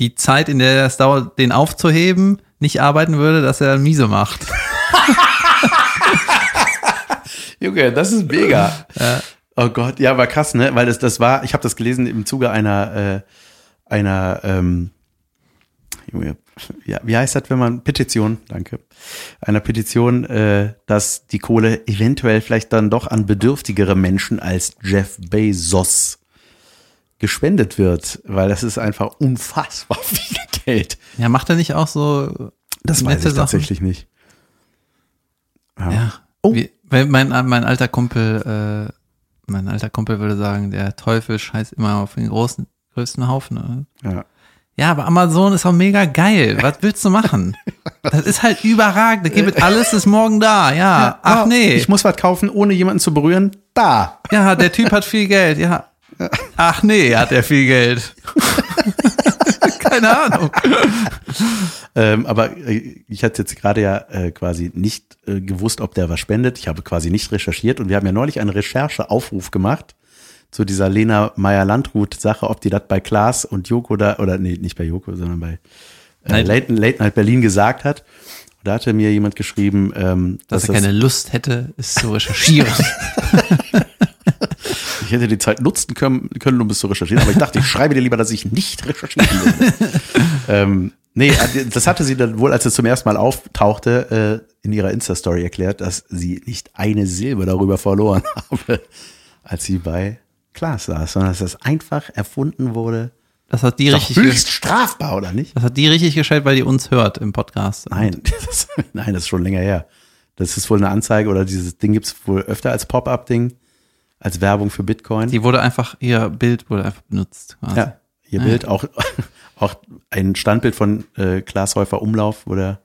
die Zeit, in der es dauert, den aufzuheben, nicht arbeiten würde, dass er miese macht.
Junge, das ist mega. Oh Gott, ja, war krass, ne? Weil das, das war, ich habe das gelesen im Zuge einer, äh, einer, ähm, Junge, ja, wie heißt das, wenn man Petition, danke, einer Petition, äh, dass die Kohle eventuell vielleicht dann doch an bedürftigere Menschen als Jeff Bezos gespendet wird, weil das ist einfach unfassbar viel Geld.
Ja, macht er nicht auch so
Das weiß
nette
ich
Sachen?
tatsächlich nicht.
Ja.
Oh.
Wie, weil mein, mein alter Kumpel, äh, mein alter Kumpel würde sagen, der Teufel scheißt immer auf den großen, größten Haufen. ne?
Ja.
Ja, aber Amazon ist auch mega geil. Was willst du machen? Das ist halt überragend. Da gibt es alles ist morgen da. Ja. Ach
Oh,
nee.
Ich muss was kaufen, ohne jemanden zu berühren. Da.
Ja, der Typ hat viel Geld. Ja. Ach nee, hat er viel Geld. Keine Ahnung.
Ähm, aber äh, ich hatte jetzt gerade ja äh, quasi nicht äh, gewusst, ob der was spendet. Ich habe quasi nicht recherchiert und wir haben ja neulich einen Rechercheaufruf gemacht zu dieser Lena Meyer-Landrut-Sache, ob die das bei Klaas und Joko da, oder nee, nicht bei Joko, sondern bei äh,
Nein.
Late, Late Night Berlin gesagt hat. Und da hatte mir jemand geschrieben, ähm,
Dass
dass
er
das,
keine Lust hätte, es zu recherchieren.
ich hätte die Zeit nutzen können, können, um es zu recherchieren, aber ich dachte, ich schreibe dir lieber, dass ich nicht recherchieren würde. ähm, nee, das hatte sie dann wohl, als es zum ersten Mal auftauchte, äh, in ihrer Insta-Story erklärt, dass sie nicht eine Silbe darüber verloren habe, als sie bei Klaas saß, sondern dass das einfach erfunden wurde.
Das hat die
Doch
richtig,
höchst
gesch-
strafbar, oder nicht?
das hat die richtig gestellt, weil die uns hört im Podcast.
Nein, das, nein, das ist schon länger her. Das ist wohl eine Anzeige oder dieses Ding gibt's wohl öfter als Pop-Up-Ding, als Werbung für Bitcoin.
Die wurde einfach, ihr Bild wurde einfach benutzt. quasi.
Ja, ihr
Ah,
Bild, auch, auch ein Standbild von äh, Klaas Häufer Umlauf, wo der,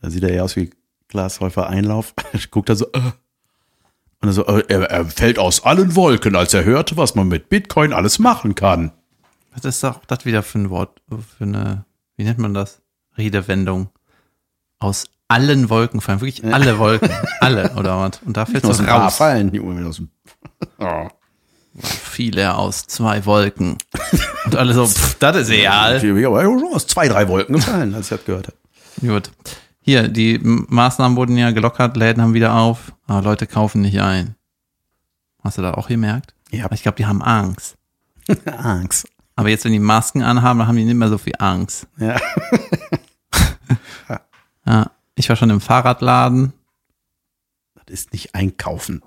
da sieht er eher aus wie Klaas Häufer Einlauf, guckt er so, äh. und er so, äh, er, er fällt aus allen Wolken, als er hörte, was man mit Bitcoin alles machen kann.
Was ist auch das wieder für ein Wort, für eine, wie nennt man das? Redewendung. Aus allen Wolken fallen, wirklich alle Wolken, alle oder was? Und da fällt
Aus
es
dem Haar
raus.
fallen, Junge, aus dem
Viele aus zwei Wolken. Und alle so, pff, das ist real.
Ja, aber schon aus zwei, drei Wolken gefallen, als ich das gehört habe.
Gut. Hier, die M- Maßnahmen wurden ja gelockert, Läden haben wieder auf, aber Leute kaufen nicht ein. Hast du da auch gemerkt?
Ja.
Ich glaube, die haben Angst.
Angst.
Aber jetzt, wenn die Masken anhaben, dann haben die nicht mehr so viel Angst.
Ja.
Ja, ich war schon im Fahrradladen.
Das ist nicht einkaufen.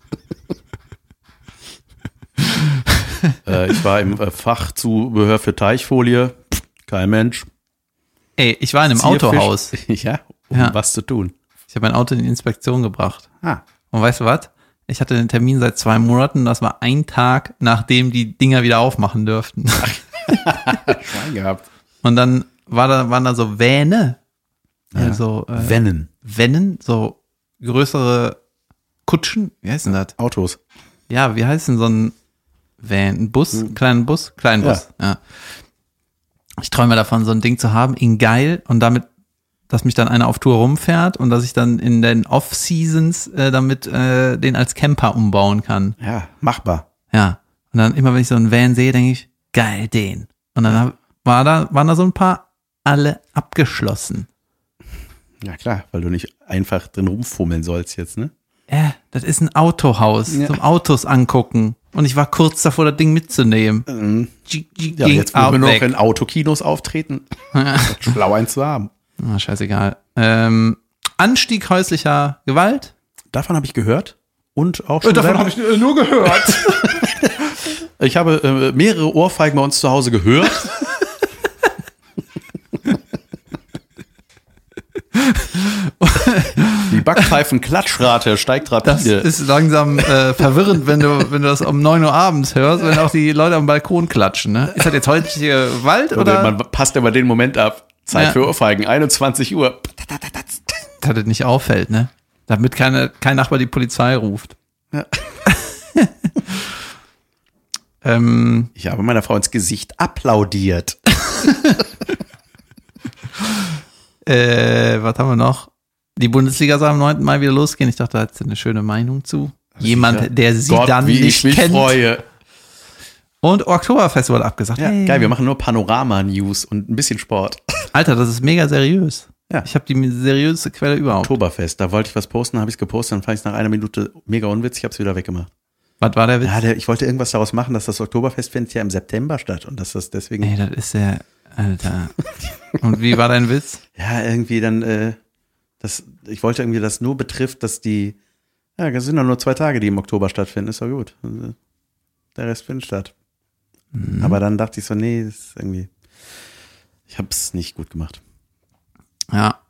äh, ich war im äh, Fachzubehör für Teichfolie. Pff, Kein Mensch.
Ey, ich war in einem Autohaus.
ja, um
Ja.
was zu tun.
Ich habe mein Auto in die Inspektion gebracht.
Ah,
Und weißt du was? Ich hatte den Termin seit zwei Monaten. Das war ein Tag, nachdem die Dinger wieder aufmachen dürften.
Schwein gehabt.
Und dann war da, waren da so Wähne. Also äh,
Vennen.
Wennen, so größere Kutschen. Wie heißt denn das?
Autos.
Ja, wie heißt denn so ein Van? Ein Bus? Einen kleinen Bus? Kleinen
Ja.
Bus, ja. Ich träume davon, so ein Ding zu haben, in geil und damit, dass mich dann einer auf Tour rumfährt und dass ich dann in den Off-Seasons äh, damit äh, den als Camper umbauen kann.
Ja, machbar.
Ja. Und dann immer, wenn ich so einen Van sehe, denke ich, geil, den. Und dann hab, war da, waren da so ein paar alle abgeschlossen.
Ja, klar, weil du nicht einfach drin rumfummeln sollst jetzt, ne?
äh, das ist ein Autohaus zum Autos angucken. Und ich war kurz davor, das Ding mitzunehmen. Ging
Mhm. Ja, jetzt wollen wir nur noch
weg.
in Autokinos auftreten. Schlau eins zu haben.
Ah, scheißegal. Ähm, Anstieg häuslicher Gewalt.
Davon habe ich gehört und auch schon. selber-
Äh, ich nur gehört.
Ich habe äh, mehrere Ohrfeigen bei uns zu Hause gehört. Die Backpfeifen-Klatschrate steigt
Das
rapide.
ist langsam äh, verwirrend, wenn du, wenn du das um 9 Uhr abends hörst, wenn auch die Leute am Balkon klatschen. Ne? Ist das jetzt häusliche Gewalt
Oder
oder?
man passt immer den Moment ab. Zeit
Ja.
für Ohrfeigen, 21 Uhr.
Dass das nicht auffällt, ne? Damit keine, kein Nachbar die Polizei ruft.
Ja.
ähm,
Ich habe meiner Frau ins Gesicht applaudiert.
äh, was haben wir noch? Die Bundesliga soll am 9. Mai wieder losgehen. Ich dachte, da hättest du eine schöne Meinung zu. Jemand, der sie dann
wie
nicht
ich mich
kennt.
freue.
Und Oktoberfest wurde abgesagt.
Ja,
Hey.
Geil, wir machen nur Panorama-News und ein bisschen Sport.
Alter, das ist mega seriös.
Ja.
Ich habe die seriöseste Quelle überhaupt.
Oktoberfest, da wollte ich was posten, habe ich es gepostet, dann fand ich es nach einer Minute mega unwitzig, habe es wieder weggemacht.
Was war der Witz?
Ja, der, ich wollte irgendwas daraus machen, dass das Oktoberfest findet ja im September statt und dass das deswegen,
Ey, das ist der. Alter. Und wie war dein Witz?
ja, irgendwie dann, äh, das, ich wollte irgendwie, dass nur betrifft, dass die, ja, das sind doch nur zwei Tage, die im Oktober stattfinden, ist doch gut. Also, Der Rest findet statt. Aber dann dachte ich so, nee, das ist irgendwie, ich habe es nicht gut gemacht.
Ja.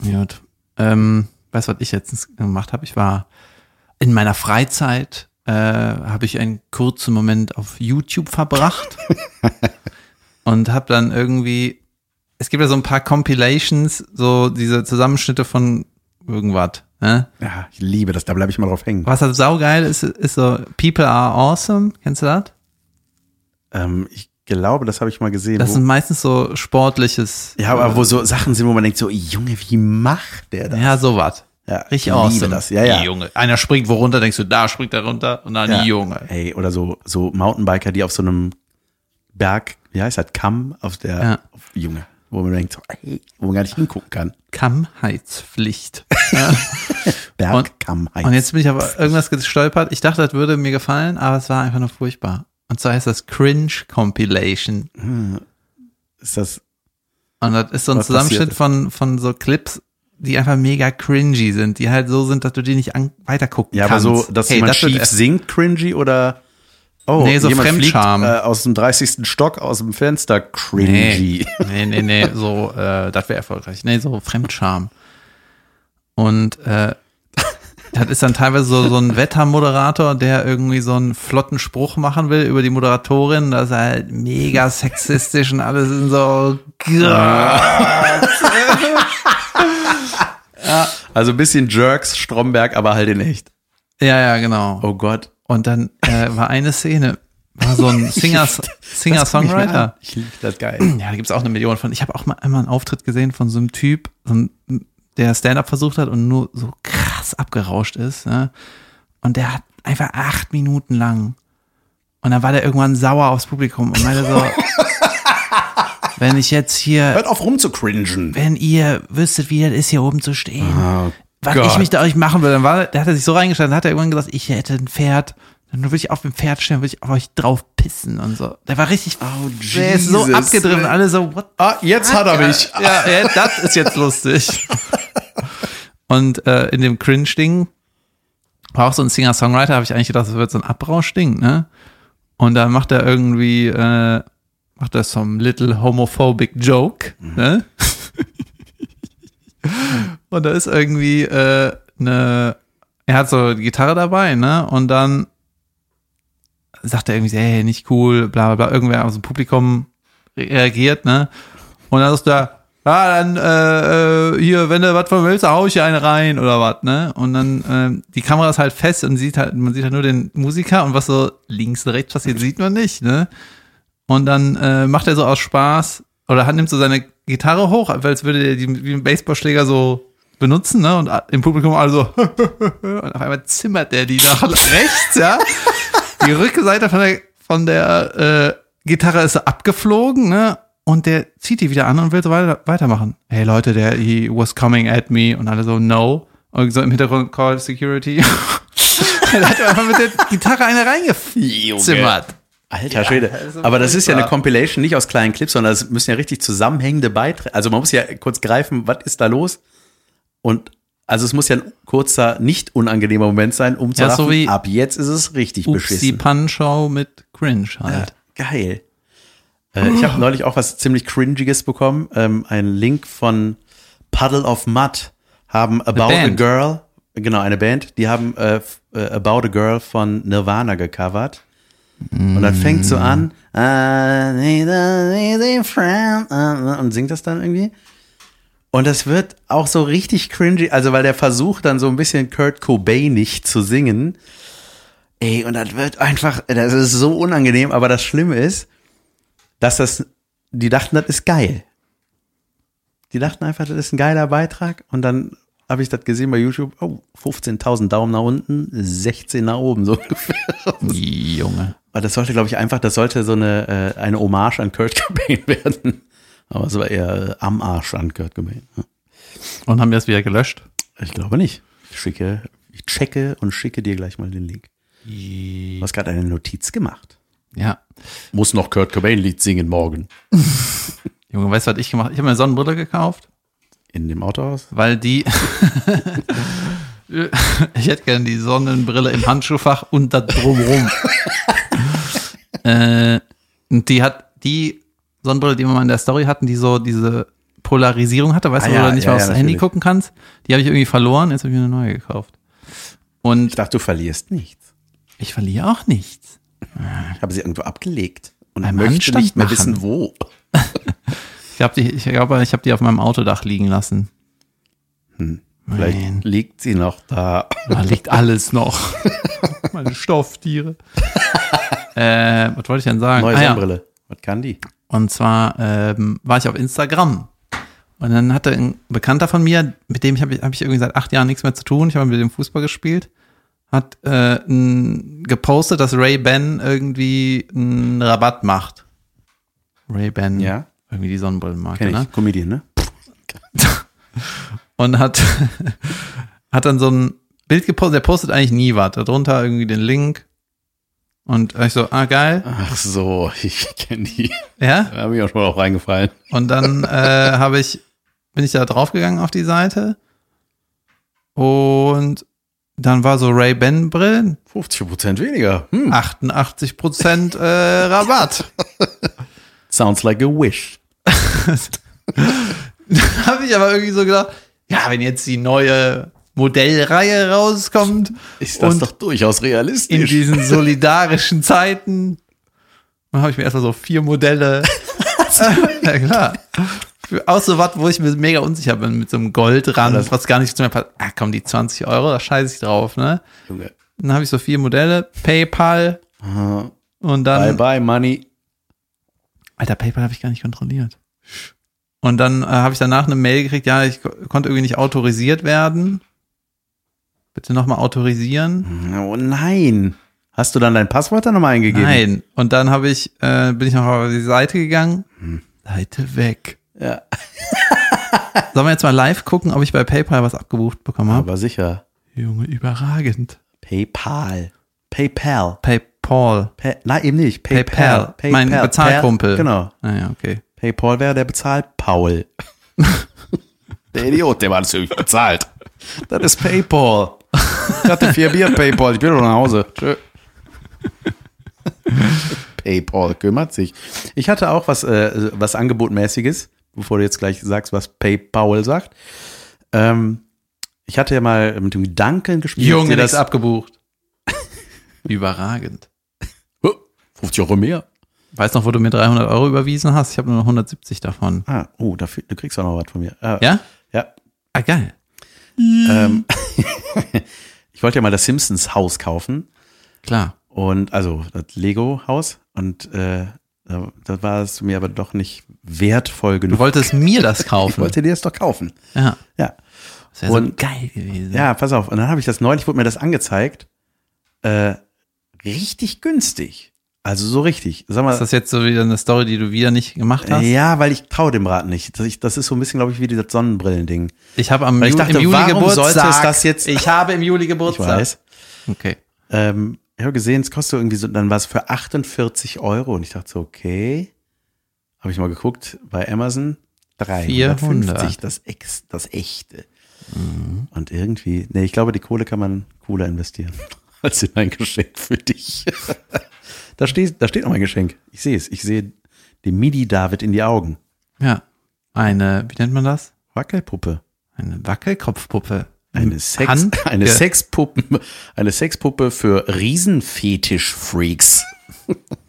Gut. Ähm, weißt du, was ich letztens gemacht habe? Ich war in meiner Freizeit, äh, habe ich einen kurzen Moment auf YouTube verbracht und habe dann irgendwie, es gibt ja so ein paar Compilations, so diese Zusammenschnitte von irgendwas. Ne?
Ja, ich liebe das, da bleibe ich mal drauf hängen.
Was halt saugeil ist, ist so People are awesome. Kennst du das?
Ähm, ich glaube, das habe ich mal gesehen.
Das
wo-
sind meistens so sportliches.
Oh. Ja, aber wo so Sachen sind, wo man denkt so, Junge, wie macht der das?
Ja, sowas.
Ja,
Richtig
ich
awesome.
liebe das. Ja, ja.
Junge. Einer springt worunter, denkst du, da springt er runter und dann
Ja.
Junge.
Ey, oder so, so Mountainbiker, die auf so einem Berg, wie heißt das, Kamm, auf der,
Ja.
auf, Junge, wo man denkt so, ey, wo man gar nicht hingucken kann.
Kammheitspflicht. Und-
Bergkamm heißt.
Und jetzt bin ich aber irgendwas gestolpert. Ich dachte, das würde mir gefallen, aber es war einfach nur furchtbar. Und zwar heißt das Cringe Compilation.
ist das,
Und das ist so ein
Was passiert
Zusammenschnitt
ist.
von, von so Clips, die einfach mega cringy sind, die halt so sind, dass du die nicht an, weitergucken
ja, aber
kannst.
so, dass
Hey,
jemand
das wird
schief
erst-
singt, cringy oder, oh,
Nee, so Fremdscham.
äh, aus dem 30. Stock, aus dem Fenster, cringy.
Nee, nee, nee, nee so, äh, das wäre erfolgreich. Nee, so Fremdscham. Und äh, das ist dann teilweise so, so ein Wettermoderator, der irgendwie so einen flotten Spruch machen will über die Moderatorin. Das ist halt mega sexistisch und alles in so.
Also ein bisschen Jerks, Stromberg, aber halt in echt.
Ja, ja, genau.
Oh Gott.
Und dann äh, war eine Szene, war so ein Singer- Singer-Songwriter.
Ich liebe das geil.
Ja, da gibt's auch eine Million von. Ich habe auch mal einmal einen Auftritt gesehen von so einem Typ, so einem, der Stand-up versucht hat und nur so krass abgerauscht ist. Ne? Und der hat einfach acht Minuten lang. Und dann war der irgendwann sauer aufs Publikum und meinte so, wenn ich jetzt hier,
Hört auf rumzucringen.
wenn ihr wüsstet, wie das ist, hier oben zu stehen, was
Ah, Gott.
ich mich da euch machen würde, dann war, da hat er sich so reingestellt, dann hat er irgendwann gesagt, ich hätte ein Pferd, dann würde ich auf dem Pferd stehen, würde ich auf euch drauf pissen und so. Der war richtig,
Oh,
der ist so
Jesus.
abgedriffen, alle so, what
Ah, jetzt hat er mich.
ja, ja, das ist jetzt lustig. Und äh, in dem Cringe-Ding war auch so ein Singer-Songwriter, habe ich eigentlich gedacht, das wird so ein Abrausch-Ding, ne? Und dann macht er irgendwie, äh, macht er so einen little homophobic joke,
Mhm.
ne? Und da ist irgendwie äh, eine, er hat so die Gitarre dabei, ne? Und dann sagt er irgendwie, so, hey, nicht cool, bla bla bla, irgendwer aus dem Publikum reagiert, ne? Und dann ist da, ja, ah, dann äh, äh, hier, wenn du was von willst, dann hau ich dir eine rein oder was, ne? Und dann, ähm, die Kamera ist halt fest und sieht halt, man sieht halt nur den Musiker und was so links und rechts passiert, sieht man nicht, ne? Und dann äh, macht er so aus Spaß oder hat, nimmt so seine Gitarre hoch, als würde er die wie ein Baseballschläger so benutzen, ne? Und im Publikum alle so und auf einmal zimmert er die nach rechts, ja? Die Rückseite von der, von der äh, Gitarre ist so abgeflogen, ne? Und der zieht die wieder an und will so weiter, weitermachen. Hey Leute, der he was coming at me und alle so no. Und so im Hintergrund Call Security. da hat er einfach mit der Gitarre eine reingezimmert.
Ah, Alter Schwede.
das ist
Aber das ist ja eine
furchtbar.
Compilation nicht aus kleinen Clips, sondern es müssen ja richtig zusammenhängende Beiträge. Also man muss ja kurz greifen, was ist da los? Und also es muss ja ein kurzer, nicht unangenehmer Moment sein, um zu
Ja,
raffen,
so wie-
ab jetzt ist es richtig
Upsi
beschissen.
Pan-Show mit Cringe halt.
Geil. Äh, ich
Oh.
habe neulich auch was ziemlich Cringiges bekommen. Ähm, ein Link von Puddle of Mud haben About a
Band.
Girl, genau, eine Band, die haben äh, f- äh, About a Girl von Nirvana gecovert. Und dann fängt so an, I need a, need a friend, äh, und singt das dann irgendwie. Und das wird auch so richtig cringy, also weil der Versuch dann so ein bisschen Kurt Cobainig zu singen. Ey, und das wird einfach, das ist so unangenehm, aber das Schlimme ist, dass das, die dachten, das ist geil. Die dachten einfach, das ist ein geiler Beitrag und dann habe ich das gesehen bei YouTube, oh, 15.000 Daumen nach unten, 16 nach oben, so ungefähr.
Junge.
Aber das sollte, glaube ich, einfach, das sollte so eine, äh, eine Hommage an Kurt Cobain werden. Aber es war eher äh, am Arsch an Kurt Cobain.
Und haben wir es wieder gelöscht.
Ich glaube nicht. Ich schicke, ich checke und schicke dir gleich mal den Link. Du hast gerade eine Notiz gemacht.
Ja.
Muss noch Kurt Cobain-Lied singen morgen.
Junge, weißt du, was ich gemacht habe? Ich habe mir eine Sonnenbrille gekauft,
In dem Autohaus?
weil die. ich hätte gerne die Sonnenbrille im Handschuhfach und da drumrum. äh, und die hat die Sonnenbrille, die wir mal in der Story hatten, die so diese Polarisierung hatte, weißt
Ah
du, wo
ja,
du nicht
ja,
mehr
ja,
aufs Handy
natürlich.
gucken kannst. Die habe ich irgendwie verloren, jetzt habe ich mir eine neue gekauft.
Ich
Und
dachte, du verlierst nichts.
ich verliere auch nichts.
Ich habe sie irgendwo abgelegt. Und
Beim
möchte
Handstand
nicht mehr
machen.
wissen, wo.
Ich glaube, die- ich, glaube, ich habe die auf meinem Autodach liegen lassen.
Vielleicht
Nein.
liegt sie noch da.
Da liegt alles noch. Meine Stofftiere. äh, was wollte ich denn sagen?
Neue
Ah, ja.
Sonnenbrille. Was kann die?
Und zwar ähm, war ich auf Instagram. Und dann hatte ein Bekannter von mir, mit dem habe ich, hab ich irgendwie seit acht Jahren nichts mehr zu tun, ich habe mit dem Fußball gespielt, hat äh, n, gepostet, dass Ray Ban irgendwie einen Rabatt macht. Ray Ban,
Ja.
irgendwie die Sonnenbrillenmarke,
Kenn
ne?
ich. Comedian, ne?
und hat, hat dann so ein Bild gepostet, der postet eigentlich nie was. Darunter irgendwie den Link. Und ich so, ah, geil.
Ach so, ich kenne die.
Ja.
Da bin ich auch schon auch reingefallen.
Und dann äh, habe ich, bin ich da draufgegangen auf die Seite. Und dann war so Ray Ben Brillen,
50% weniger. Hm.
88% äh, Rabatt.
Sounds like a wish.
habe ich aber irgendwie so gedacht, ja, wenn jetzt die neue Modellreihe rauskommt,
Ist das
Und-
doch durchaus
in
realistisch.
diesen solidarischen Zeiten. Dann habe ich mir erstmal so vier Modelle. ja klar. Für, aus so was, wo ich mir mega unsicher bin, mit so einem Goldrand, was gar nicht zu mir passt. Ah, komm, die 20 Euro, da scheiße ich drauf, ne?
Junge.
Dann habe ich so vier Modelle, PayPal
Ah,
und
bye
dann.
bye, Money.
Alter, PayPal habe ich gar nicht kontrolliert. Und dann äh, habe ich danach eine Mail gekriegt, ja, ich ko- konnte irgendwie nicht autorisiert werden. Bitte nochmal autorisieren.
Oh nein. Hast du dann dein Passwort dann nochmal eingegeben?
Nein. Und dann habe ich, äh, bin ich noch auf die Seite gegangen.
Hm.
Seite weg.
Ja.
Sollen wir jetzt mal live gucken, ob ich bei PayPal was abgebucht bekommen habe?
Aber sicher.
Junge, überragend.
PayPal. PayPal.
PayPal.
Pa nein, eben nicht. PayPal.
PayPal. Mein Bezahlkumpel.
Per- Genau.
Naja, okay.
PayPal wäre der Bezahl-Paul. der Idiot, der war das irgendwie bezahlt. Das ist PayPal. Ich hatte vier Bier PayPal. Ich bin doch nach Hause. Tschö. PayPal kümmert sich. Ich hatte auch was, äh, was Angebotmäßiges, bevor du jetzt gleich sagst, was PayPal sagt. Ähm, ich hatte ja mal mit dem Gedanken gespielt,
Junge,
dir
das ist abgebucht. überragend.
50 Euro mehr.
Weißt noch, wo du mir 300 Euro überwiesen hast? Ich habe nur noch 170 davon.
Ah, oh, dafür, du kriegst auch noch was von mir. Ah,
Ja?
Ja,
Ah, geil.
Ähm, ich wollte ja mal das Simpsons Haus kaufen
Klar.
und also das Lego Haus und äh, da- da war es mir aber doch nicht wertvoll genug.
Du wolltest mir das
ich
kaufen.
wollte dir das doch kaufen.
ja.
Ja,
Das wäre so
Und-
geil gewesen.
ja, pass auf. Und dann habe ich das neulich wurde mir das angezeigt, äh, richtig günstig. Also so richtig. Sag mal,
Ist das jetzt so wieder eine Story, die du wieder nicht gemacht hast?
ja, weil ich trau dem Rat nicht. Das, ich, das ist so ein bisschen, glaube ich, wie dieses Sonnenbrillending.
Ich habe am
Weil ich
Ju-
dachte,
im Juli
warum
Geburtstag.
sollte es das jetzt-
Ich habe im Juli
Ich
Geburtstag.
weiß.
Okay.
Ähm, ich habe gesehen, es kostet irgendwie so, dann war es für 48 Euro und ich dachte so, okay. Habe ich mal geguckt bei Amazon. 350,
400.
das, Ex, das echte. Und irgendwie, nee, ich glaube, die Kohle kann man cooler investieren als in ein Geschenk für dich. da, steht, da steht noch mein Geschenk. Ich sehe es. Ich sehe dem Midi-David in die Augen.
Ja. Eine, wie nennt man das?
Wackelpuppe.
Eine Wackelkopfpuppe.
Eine, Sex,
Hand-
eine,
Ja.
Sexpuppe, eine Sexpuppe für Riesenfetisch-Freaks.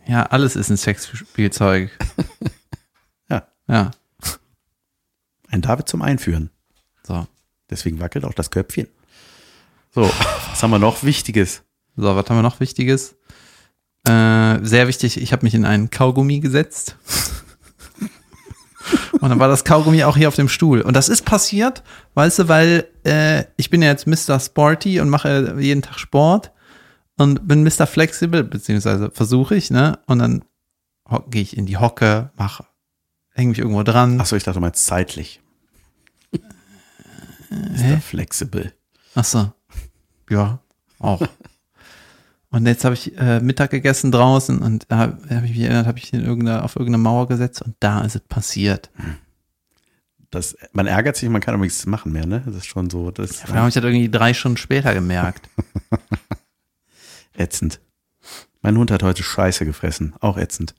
Ja, alles ist ein Sexspielzeug.
Ja.
Ja.
Ein David zum Einführen.
So.
Deswegen wackelt auch das Köpfchen. So, was haben wir noch Wichtiges?
So, was haben wir noch Wichtiges? Äh, sehr wichtig, ich habe mich in einen Kaugummi gesetzt. Und dann war das Kaugummi auch hier auf dem Stuhl. Und das ist passiert, weißt du, weil äh, ich bin ja jetzt Mr. Sporty und mache jeden Tag Sport und bin Mr. Flexible, beziehungsweise versuche ich, ne? Und dann gehe ich in die Hocke, mache, hänge mich irgendwo dran.
Achso, ich dachte mal zeitlich. Ist da flexibel.
Ach so. Ja, auch. Und jetzt habe ich äh, Mittag gegessen draußen und da hab- habe ich mich erinnert, habe ich in irgendeiner, auf irgendeine Mauer gesetzt und da ist es passiert.
Das, man ärgert sich, man kann aber nichts machen mehr, ne? Das ist schon so, das ist
Da habe ich das irgendwie drei Stunden später gemerkt.
ätzend. Mein Hund hat heute Scheiße gefressen, auch ätzend.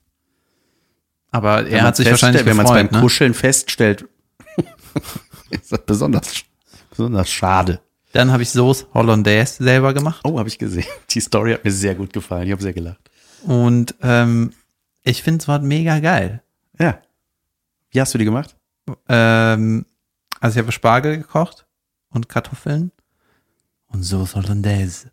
Aber
Wenn
er hat
man's
sich wahrscheinlich
feststellt- Wenn man es beim
gefreut, ne?
Kuscheln feststellt, ist das besonders, besonders schade.
Dann habe ich Soße Hollandaise selber gemacht
Oh, habe ich gesehen. Die Story hat mir sehr gut gefallen. Ich habe sehr gelacht.
und ähm, ich finde es war mega geil.
Ja. Wie hast du die gemacht?
Ähm, also ich habe Spargel gekocht und Kartoffeln und Soße Hollandaise.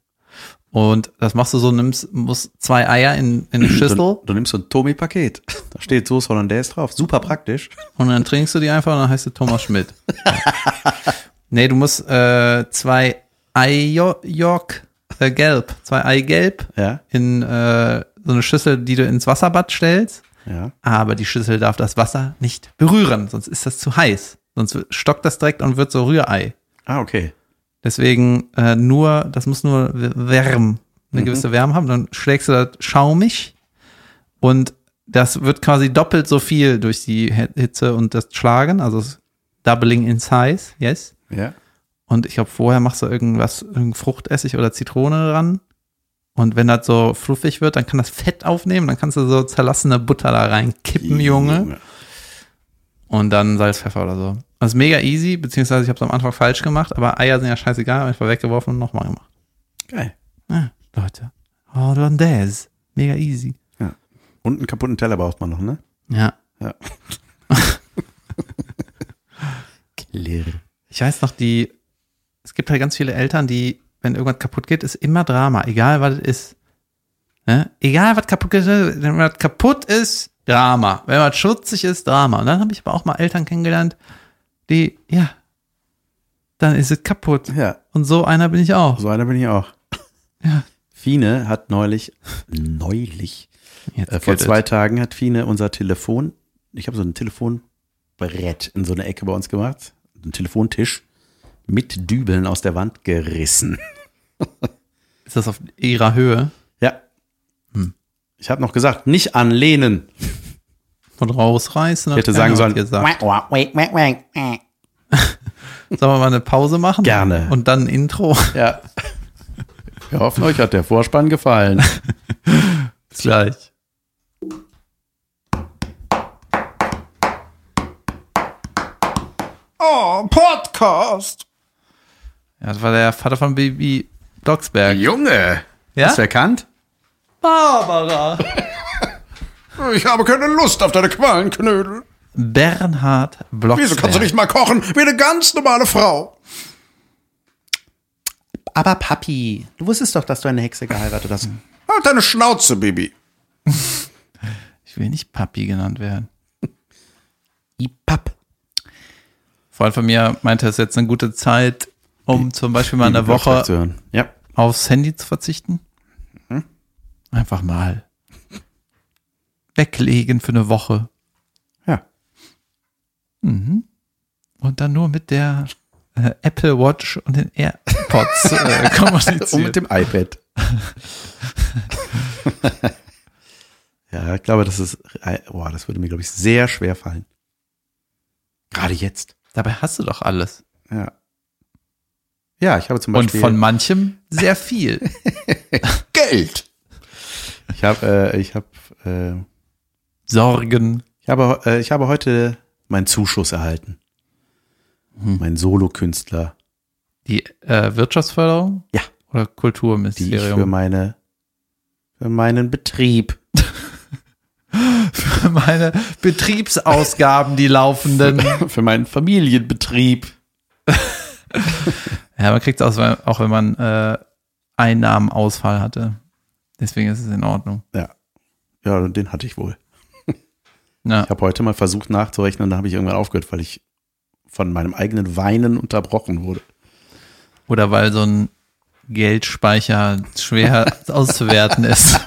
Und das machst du so, nimmst, musst zwei Eier in, in eine Schüssel.
Du, du nimmst so ein Tomi-Paket. Da steht Soße Hollandaise drauf. Super praktisch.
Und dann trinkst du die einfach und dann heißt du Thomas Schmidt. nee, du musst äh, zwei Ei-York, äh, gelb, zwei Eigelb
Ja,
in äh, so eine Schüssel, die du ins Wasserbad stellst.
ja.
Aber die Schüssel darf das Wasser nicht berühren, sonst ist das zu heiß. Sonst stockt das direkt und wird so Rührei.
Ah, okay.
Deswegen äh, nur, das muss nur w- wärm, eine gewisse Wärme haben. Dann schlägst du das schaumig und das wird quasi doppelt so viel durch die H- Hitze und das Schlagen, also es- Doubling in Size, yes.
Ja.
Und ich glaube, vorher machst du irgendwas, irgendein Fruchtessig oder Zitrone dran. Und wenn das so fluffig wird, dann kann das Fett aufnehmen, dann kannst du so zerlassene Butter da reinkippen, Junge. Und dann Salz, Pfeffer oder so. Das ist mega easy, beziehungsweise ich habe es am Anfang falsch gemacht, aber Eier sind ja scheißegal, hab einfach weggeworfen und nochmal gemacht.
Geil.
Ah, Leute. Hollandaise. Mega easy.
Und einen kaputten Teller braucht man noch, ne?
Ja.
Ja. Klirr.
Ich weiß noch, die, es gibt halt ganz viele Eltern, die, wenn irgendwas kaputt geht, ist immer Drama, egal was es ist. Ne? Egal was kaputt geht, wenn was kaputt ist, Drama. Wenn was schutzig ist, Drama. Und dann habe ich aber auch mal Eltern kennengelernt, die, ja, dann ist es kaputt.
Ja,
Und so einer bin ich auch.
so einer bin ich auch.
Ja.
Fine hat neulich, neulich,
Jetzt
äh, vor
gilt es.
zwei Tagen hat Fine unser Telefon, ich habe so ein Telefonbrett in so eine Ecke bei uns gemacht, einen Telefontisch, mit Dübeln aus der Wand gerissen.
Ist das auf ihrer Höhe?
Ja. Ich habe noch gesagt, nicht anlehnen.
Von rausreißen?
Ich hätte sagen sollen,
Gesagt.
Quack, quack, quack, quack, quack, quack.
Sollen wir mal eine Pause machen?
Gerne.
Und dann ein Intro.
Ja. Wir hoffen, euch hat der Vorspann gefallen.
Bis gleich.
Oh, Podcast.
Ja, das war der Vater von Baby Blocksberg.
Junge,
Ja?
erkannt?
Barbara.
ich habe keine Lust auf deine Qualenknödel.
Bernhard Blocksberg.
Wieso kannst du nicht mal kochen wie eine ganz normale Frau?
Aber Papi, du wusstest doch, dass du eine Hexe geheiratet hast.
Halt deine Schnauze, Baby.
Ich will nicht Papi genannt werden.
Ipap.
Freund von mir meinte, es ist jetzt eine gute Zeit, um zum Beispiel mal in der
Zu
Woche
hören. Ja.
Hm?
aufs Handy zu verzichten. Einfach mal. weglegen für eine Woche.
Ja.
Mhm. Und dann nur mit der äh, Apple Watch und den AirPods äh, kommunizieren.
Um
Und mit dem iPad. ja, ich glaube, das ist, boah, das würde mir, glaube ich, sehr schwer fallen. Gerade jetzt.
Dabei hast du doch alles.
Ja. Ja, ich habe zum
Und
Beispiel.
von manchem sehr viel.
Geld. Ich habe, äh, ich habe, äh,
Sorgen.
ich habe, äh, ich habe heute meinen Zuschuss erhalten. Mein Solokünstler,
Die äh, Wirtschaftsförderung?
Ja.
Oder
die ich für
Kulturministerium?
meine, für meinen Betrieb
Für meine Betriebsausgaben, die laufenden.
für meinen Familienbetrieb.
Ja, man kriegt es auch, wenn- auch wenn man äh, Einnahmenausfall hatte. Deswegen ist es in Ordnung.
Ja, und den hatte ich wohl.
Ja.
Ich habe heute mal versucht nachzurechnen, da habe ich irgendwann aufgehört, weil ich von meinem eigenen Weinen unterbrochen wurde.
Oder weil so ein Geldspeicher schwer auszuwerten ist.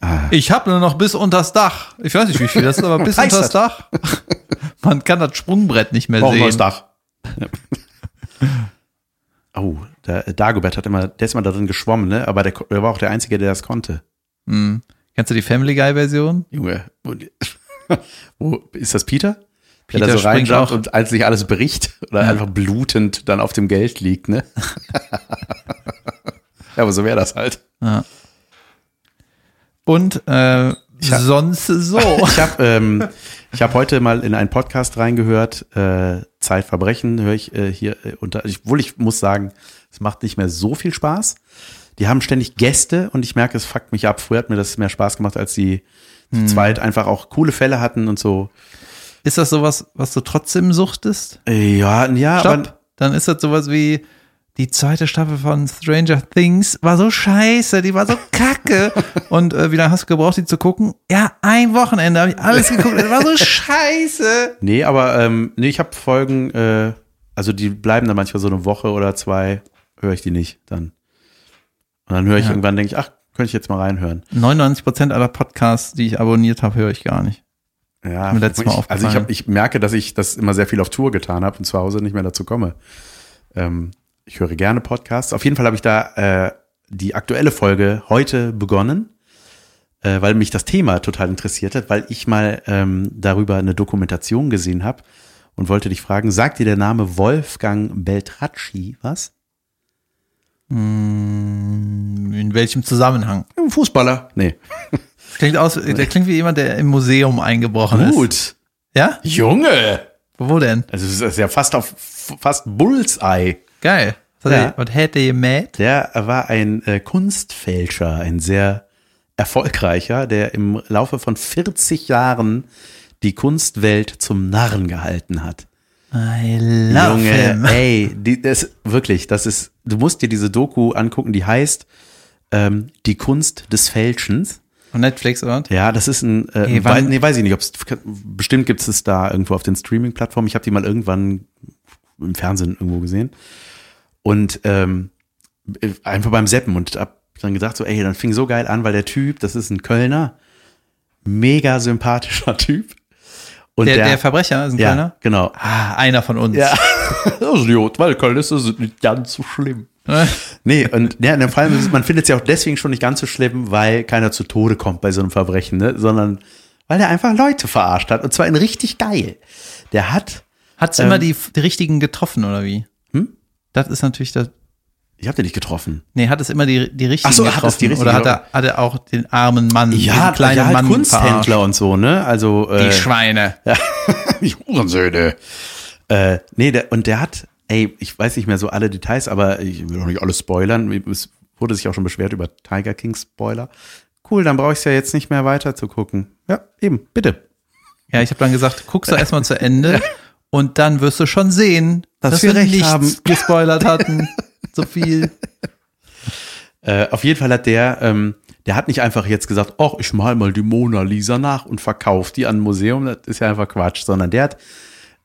Ah.
Ich habe nur noch bis unters Dach. Ich weiß nicht, wie viel das ist, aber bis
Reicht
unters Dach. Man kann das Sprungbrett nicht mehr
Brauchen wir das
sehen.
Dach. oh, der Dagobert hat immer, der ist immer da drin geschwommen, ne? Aber der, ko- er war auch der Einzige, der das konnte.
Hm. Kennst du die Family Guy-Version?
Junge. Und, wo, ist das Peter?
Peter
der da so
springt
reinjumpt
auch.
und als sich alles bricht oder einfach blutend dann auf dem Geld liegt, ne? ja, aber so wäre das halt.
Und äh, sonst so.
Ich habe ähm, ich hab heute mal in einen Podcast reingehört, äh, Zeitverbrechen höre ich äh, hier äh, unter, ich- obwohl ich muss sagen, es macht nicht mehr so viel Spaß. Die haben ständig Gäste und ich merke, es fuckt mich ab. Früher hat mir das mehr Spaß gemacht, als die zu zweit einfach auch coole Fälle hatten und so.
Ist das sowas, was du trotzdem suchtest?
Äh, Ja, ja, aber
Stopp. Dann ist das sowas wie die zweite Staffel von Stranger Things war so scheiße, die war so kacke. Und äh, wie lange hast du gebraucht, die zu gucken? Ja, ein Wochenende habe ich alles geguckt. Das war so scheiße.
nee, aber ähm, nee, ich habe Folgen, äh, also die bleiben dann manchmal so eine Woche oder zwei, höre ich die nicht dann. Und dann höre ich
Ja.
irgendwann, denke ich, ach, könnte ich jetzt mal reinhören.
99% aller Podcasts, die ich abonniert habe, höre ich gar nicht.
Ja,
Mir letztes Mal
ich, also ich,
aufgefallen.
hab, ich merke, dass ich das immer sehr viel auf Tour getan habe und zu Hause nicht mehr dazu komme. Ähm, ich höre gerne Podcasts. Auf jeden Fall habe ich da äh, die aktuelle Folge heute begonnen, äh, weil mich das Thema total interessiert hat, weil ich mal ähm, darüber eine Dokumentation gesehen habe und wollte dich fragen, sagt dir der Name Wolfgang Beltracci was?
In welchem Zusammenhang?
Ein Fußballer. Nee.
Das klingt aus, der klingt wie jemand, der im Museum eingebrochen ist.
Gut.
Ja?
Junge!
Wo denn?
Also es ist ja fast auf fast Bullseye.
Geil. Was
Ja.
hat er- was hätte ihr mad?
Der war ein äh, Kunstfälscher, ein sehr erfolgreicher, der im Laufe von 40 Jahren die Kunstwelt zum Narren gehalten hat.
I love him.
ey, die, das, wirklich, das ist, du musst dir diese Doku angucken, die heißt ähm, Die Kunst des Fälschens.
Von Netflix, oder? was?
Ja, das ist ein, äh,
Ey,
wei
wann-
nee, weiß ich nicht, ob's, bestimmt gibt's es da irgendwo auf den Streaming-Plattformen. Ich habe die mal irgendwann im Fernsehen irgendwo gesehen. Und ähm, einfach beim Seppen und hab dann gedacht, so, ey, dann fing so geil an, weil der Typ, das ist ein Kölner, mega sympathischer Typ. Und
Der, der Verbrecher ist ein
ja,
kleiner.
genau.
Ah, einer von uns.
Ja. das ist Idiot, weil Köln ist das nicht ganz so schlimm.
Äh.
Nee, und ja, und vor allem, ist es- man findet es ja auch deswegen schon nicht ganz so schlimm, weil keiner zu Tode kommt bei so einem Verbrechen, ne? sondern weil er einfach Leute verarscht hat und zwar in richtig geil. Der hat,
Hat's
Ähm.
immer die, die richtigen getroffen, oder wie? Hm? Das ist natürlich das.
ich habe den nicht getroffen.
Nee, hat es immer die, die richtigen
Ach so, hat es
getroffen?
die richtigen
oder hat er, hat er auch den armen Mann, den kleinen
ja, halt
Mann
Kunsthändler
verarscht?
und so, ne? Also
Die
äh,
Schweine.
Ich Hurensöhne.
Äh, nee, der, und der hat, ey, ich weiß nicht mehr so alle Details, aber ich will auch nicht alles spoilern. Es wurde sich auch schon beschwert über Tiger King Spoiler. Cool, dann brauche ich es ja jetzt nicht mehr weiter zu gucken. Ja, eben, bitte.
Ja, ich habe dann gesagt, guckst du erstmal zu Ende und dann wirst du schon sehen, dass,
wir
wir
recht
nichts
haben.
gespoilert hatten. So viel.
Äh, auf jeden Fall hat der, ähm, der hat nicht einfach jetzt gesagt, ach, ich mal mal die Mona Lisa nach und verkaufe die an ein Museum. Das ist ja einfach Quatsch, sondern der hat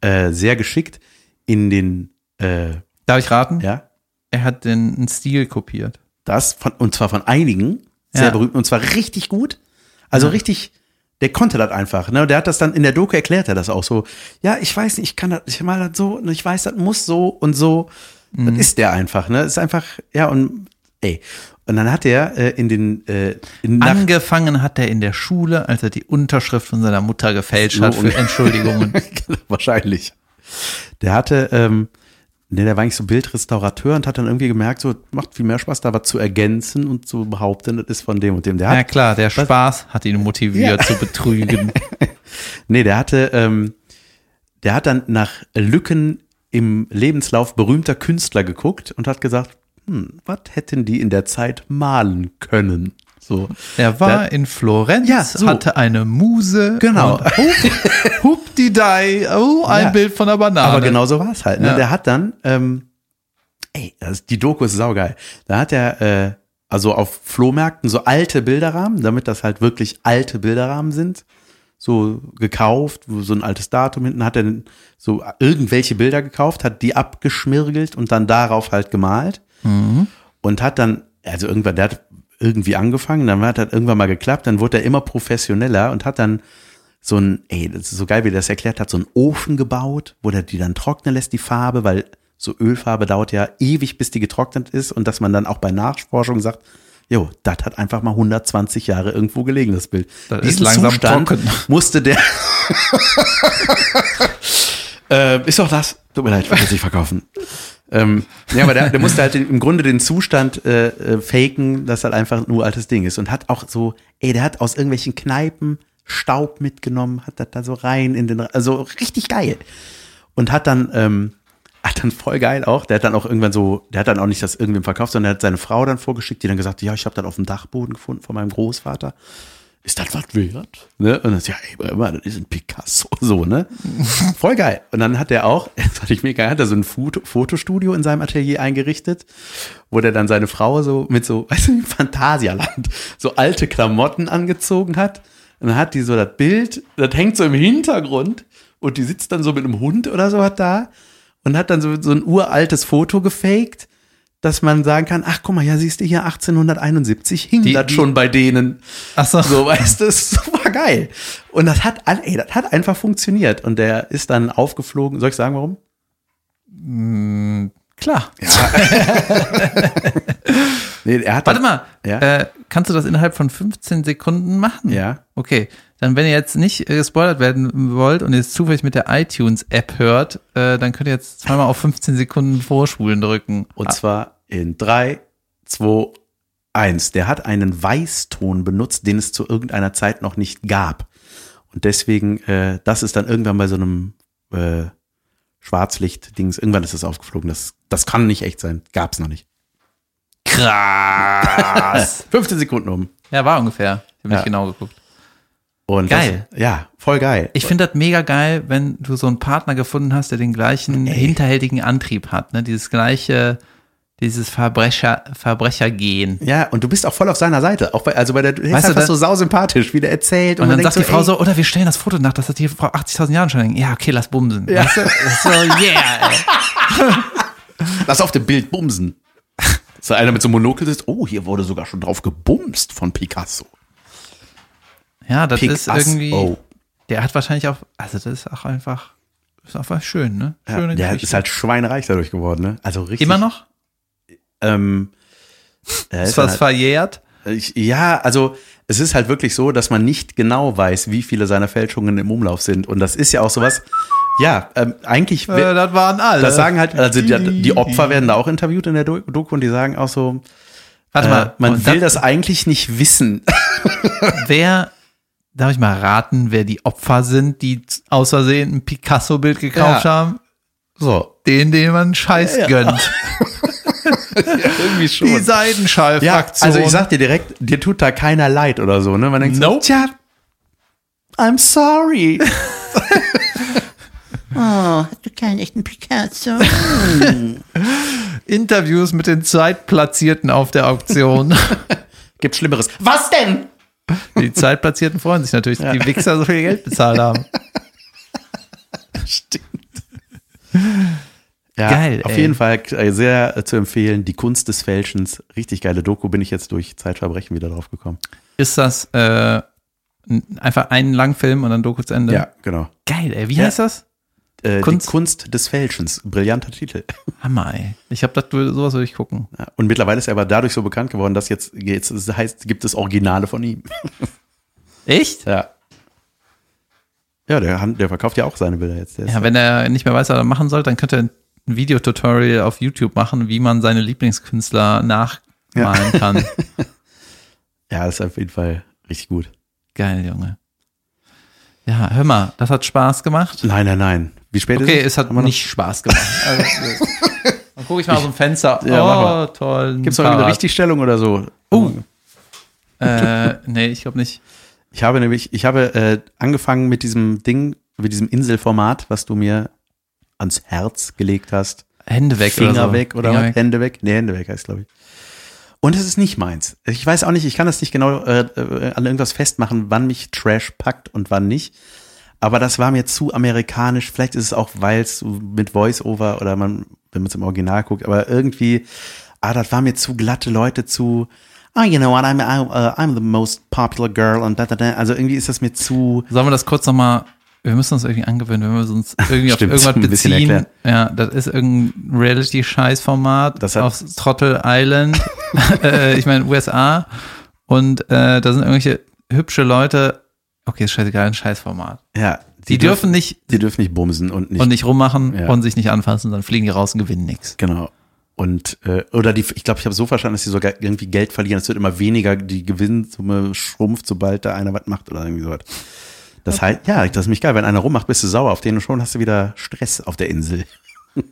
äh, sehr geschickt in den, äh,
Darf ich raten?
ja,
Er hat den einen Stil kopiert.
das von, und zwar von einigen Sehr
Ja.
berühmt und zwar richtig gut. Also richtig, der konnte das einfach. Ne? Der hat das dann in der Doku erklärt er das auch so. Ja, ich weiß nicht, ich kann das, ich mal das so und ich weiß, das muss so und so. Das ist der einfach, ne? Ist einfach, ja, und ey. Und dann hat er äh, in den äh, in Nacht-
Angefangen hat er in der Schule, als er die Unterschrift von seiner Mutter gefälscht
So
hat für
und-
Entschuldigungen.
Wahrscheinlich. Der hatte, ähm, nee, der war eigentlich so Bildrestaurateur und hat dann irgendwie gemerkt, so macht viel mehr Spaß, da was zu ergänzen und zu behaupten, das ist von dem und dem. Der hat,
Ja klar, der Spaß hat ihn motiviert zu betrügen.
nee, der hatte, ähm, der hat dann nach Lücken im Lebenslauf berühmter Künstler geguckt und hat gesagt, hm, was hätten die in der Zeit malen können? So.
Er war
Da-
in Florenz,
Ja, so.
hatte eine Muse.
Genau.
und Hup, hup die Dei. Oh, ein
Ja.
Bild von der Banane.
Aber genau so war es halt. Ne?
Ja.
Der hat dann, ähm, ey, das, die Doku ist saugeil. Da hat er, äh, also auf Flohmärkten so alte Bilderrahmen, damit das halt wirklich alte Bilderrahmen sind, so gekauft, wo so ein altes Datum hinten, hat er dann so irgendwelche Bilder gekauft, hat die abgeschmirgelt und dann darauf halt gemalt und hat dann, also irgendwann, der hat irgendwie angefangen, dann hat das irgendwann mal geklappt, dann wurde er immer professioneller und hat dann so ein, ey, das ist so geil, wie der das erklärt hat, so einen Ofen gebaut, wo der die dann trocknen lässt, die Farbe, weil so Ölfarbe dauert ja ewig, bis die getrocknet ist und dass man dann auch bei Nachforschung sagt, jo, das hat einfach mal 120 Jahre irgendwo gelegen, das Bild.
Das ist langsam trocken.
musste der äh, ist doch das. Tut mir leid, ich will das nicht verkaufen. ähm, ja, aber der, der musste halt im Grunde den Zustand äh, äh, faken, dass halt einfach nur altes Ding ist. Und hat auch so, ey, der hat aus irgendwelchen Kneipen Staub mitgenommen, hat das da so rein in den, also richtig geil. Und hat dann, ähm, hat dann voll geil auch, der hat dann auch irgendwann so, der hat dann auch nicht das irgendwem verkauft, sondern er hat seine Frau dann vorgeschickt, die dann gesagt, hat, ja, ich habe das auf dem Dachboden gefunden von meinem Großvater ist das was wert? Ne? Und dann sagt, ja, ey, Mann, das ist ein Picasso, so, ne? Voll geil. Und dann hat er auch, das fand ich mega, geil, hat er so ein Foto, Fotostudio in seinem Atelier eingerichtet, wo der dann seine Frau so mit so, weißt du, wie im Phantasialand, so alte Klamotten angezogen hat. Und dann hat die so das Bild, das hängt so im Hintergrund und die sitzt dann so mit einem Hund oder so hat da und hat dann so, so ein uraltes Foto gefaked, dass man sagen kann, ach guck mal, ja siehst du hier 1871 hing
Die-
das
die-
schon bei denen.
Ach so.
So, weißt du, das ist super geil. Und das hat, all- ey, das hat einfach funktioniert. Und der ist dann aufgeflogen. Soll ich sagen, warum?
Klar.
Nee, er hat
Warte
dann-
mal,
Ja.
äh, kannst du das innerhalb von 15 Sekunden machen?
Ja.
Okay, dann wenn ihr jetzt nicht äh, gespoilert werden wollt und ihr es zufällig mit der iTunes-App hört, äh, dann könnt ihr jetzt zweimal auf 15 Sekunden vorspulen drücken.
Und zwar in drei, zwei, eins. Der hat einen Weißton benutzt, den es zu irgendeiner Zeit noch nicht gab. Und deswegen, äh, das ist dann irgendwann bei so einem äh, Schwarzlicht-Dings, irgendwann ist es aufgeflogen. Das, das kann nicht echt sein. Gab's noch nicht.
krass.
15 Sekunden um.
ja, war ungefähr. Ich habe
Ja.
nicht genau geguckt.
Und
Geil.
Das, ja, voll geil.
Ich finde das mega geil, wenn du so einen Partner gefunden hast, der den gleichen hinterhältigen Antrieb hat, ne? Dieses gleiche, dieses Verbrecher, Verbrechergehen.
Ja, und du bist auch voll auf seiner Seite. Auch bei, also bei der, du
Weißt
weißt
du,
einfach
da-
so sausympathisch, wie der erzählt.
Und,
man
dann
denkt
sagt die Frau
ey,
so, oder wir stellen das Foto nach, dass das die vor 80.000 Jahren schon hängt. Ja, okay, lass bumsen. Ja. Weißt du? So, yeah. ey.
Lass auf dem Bild bumsen. So einer mit so einem Monokel sitzt, oh, hier wurde sogar schon drauf gebumst von Picasso.
Ja, das ist
Picasso.
irgendwie,
Oh.
der hat wahrscheinlich auch, also das ist auch einfach, ist einfach schön, ne?
Ja,
Schöne
der
Geschichte.
ist halt schweinereich dadurch geworden, ne? Also richtig.
Immer noch?
Ähm, äh,
Ist
ist dann
was
halt,
verjährt?
ich, ja, also es ist halt wirklich so, dass man nicht genau weiß, wie viele seiner Fälschungen im Umlauf sind. Und das ist ja auch sowas. Ja, ähm, eigentlich.
Äh, das waren alle.
das sagen halt, also die, die Opfer werden da auch interviewt in der Do- Doku und die sagen auch so,
Warte
äh,
mal,
man
und
will das eigentlich nicht wissen.
Wer, darf ich mal raten, wer die Opfer sind, die aus Versehen ein Picasso-Bild gekauft
Ja.
haben?
So,
Den, den man Scheiß gönnt.
irgendwie schon.
Die seidenschall
Ja, also ich sag dir direkt, dir tut da keiner leid oder so, ne? Man denkt so,
Nope.
tja, I'm sorry.
Oh, hast du keinen echten Picasso?
Interviews mit den Zweitplatzierten auf der Auktion.
Gibt Schlimmeres.
Was denn?
Die Zweitplatzierten freuen sich natürlich, dass die Wichser so viel Geld bezahlt haben.
Stimmt. Ja,
Geil,
Auf
ey.
jeden Fall äh, sehr äh, zu empfehlen. Die Kunst des Fälschens. Richtig geile Doku. Bin ich jetzt durch Zeitverbrechen wieder drauf gekommen.
Ist das äh, n- einfach einen Langfilm und dann Doku zu Ende?
genau.
Geil, ey. Wie
Ja.
heißt das?
Äh,
Kunst-
Die Kunst des Fälschens. Brillanter Titel.
Hammer, ey. Ich hab das, sowas würde ich gucken.
Ja, Und mittlerweile ist er aber dadurch so bekannt geworden, dass jetzt, jetzt es heißt, gibt es Originale von ihm.
Echt?
Ja. Ja, der, han- der verkauft ja auch seine Bilder jetzt. Der ist,
Ja, wenn er nicht mehr weiß, was er machen soll, dann könnte er ein Videotutorial auf YouTube machen, wie man seine Lieblingskünstler nachmalen kann.
ja, ist auf jeden Fall richtig gut.
Geil, Junge. Ja, hör mal, das hat Spaß gemacht.
Nein, nein, nein. Wie spät
Okay,
ist es?
es hat
Haben wir noch-
nicht Spaß gemacht. Also, äh, dann gucke ich mal aus dem Fenster.
Ja, mach
oh,
mal.
toll. ein
Gibt es noch eine
Fahrrad.
Richtigstellung oder so?
Uh. Äh, nee, ich glaube nicht.
Ich habe nämlich, ich habe äh, angefangen mit diesem Ding, mit diesem Inselformat, was du mir ans Herz gelegt hast.
Hände weg
Finger
oder so.
weg oder
Finger
was?
weg.
Hände weg. Nee, Hände weg heißt, glaube ich. Und es ist nicht meins. Ich weiß auch nicht, ich kann das nicht genau äh, äh, an irgendwas festmachen, wann mich Trash packt und wann nicht. Aber das war mir zu amerikanisch. Vielleicht ist es auch, weil es mit Voice-Over oder man, wenn man es im Original guckt, aber irgendwie, ah, das war mir zu glatte Leute zu, ah, you know what, I'm, I'm, uh, I'm the most popular girl und da, da, da. Also irgendwie ist das mir zu,
Sollen wir das kurz nochmal, wir müssen uns irgendwie angewöhnen, wenn wir uns irgendwie auf
Stimmt,
irgendwas
ein bisschen
beziehen.
erklären.
Ja, das ist irgendein Reality-Scheiß-Format
Das hat-
auf Trottel Island, äh, ich meine USA und äh, da sind irgendwelche hübsche Leute, okay, ist scheißegal, ein Scheißformat.
ja.
Die, dürfen nicht
die dürfen nicht bumsen und nicht
und nicht rummachen
Ja.
und sich nicht anfassen, dann fliegen die raus und gewinnen nichts.
Genau. Und äh, oder die, ich glaube, ich habe so verstanden, dass die sogar irgendwie Geld verlieren. Es wird immer weniger, die Gewinnsumme schrumpft, sobald da einer was macht oder irgendwie sowas. Das heißt, ja, das ist mich geil. Wenn einer rummacht, bist du sauer auf den und schon hast du wieder Stress auf der Insel.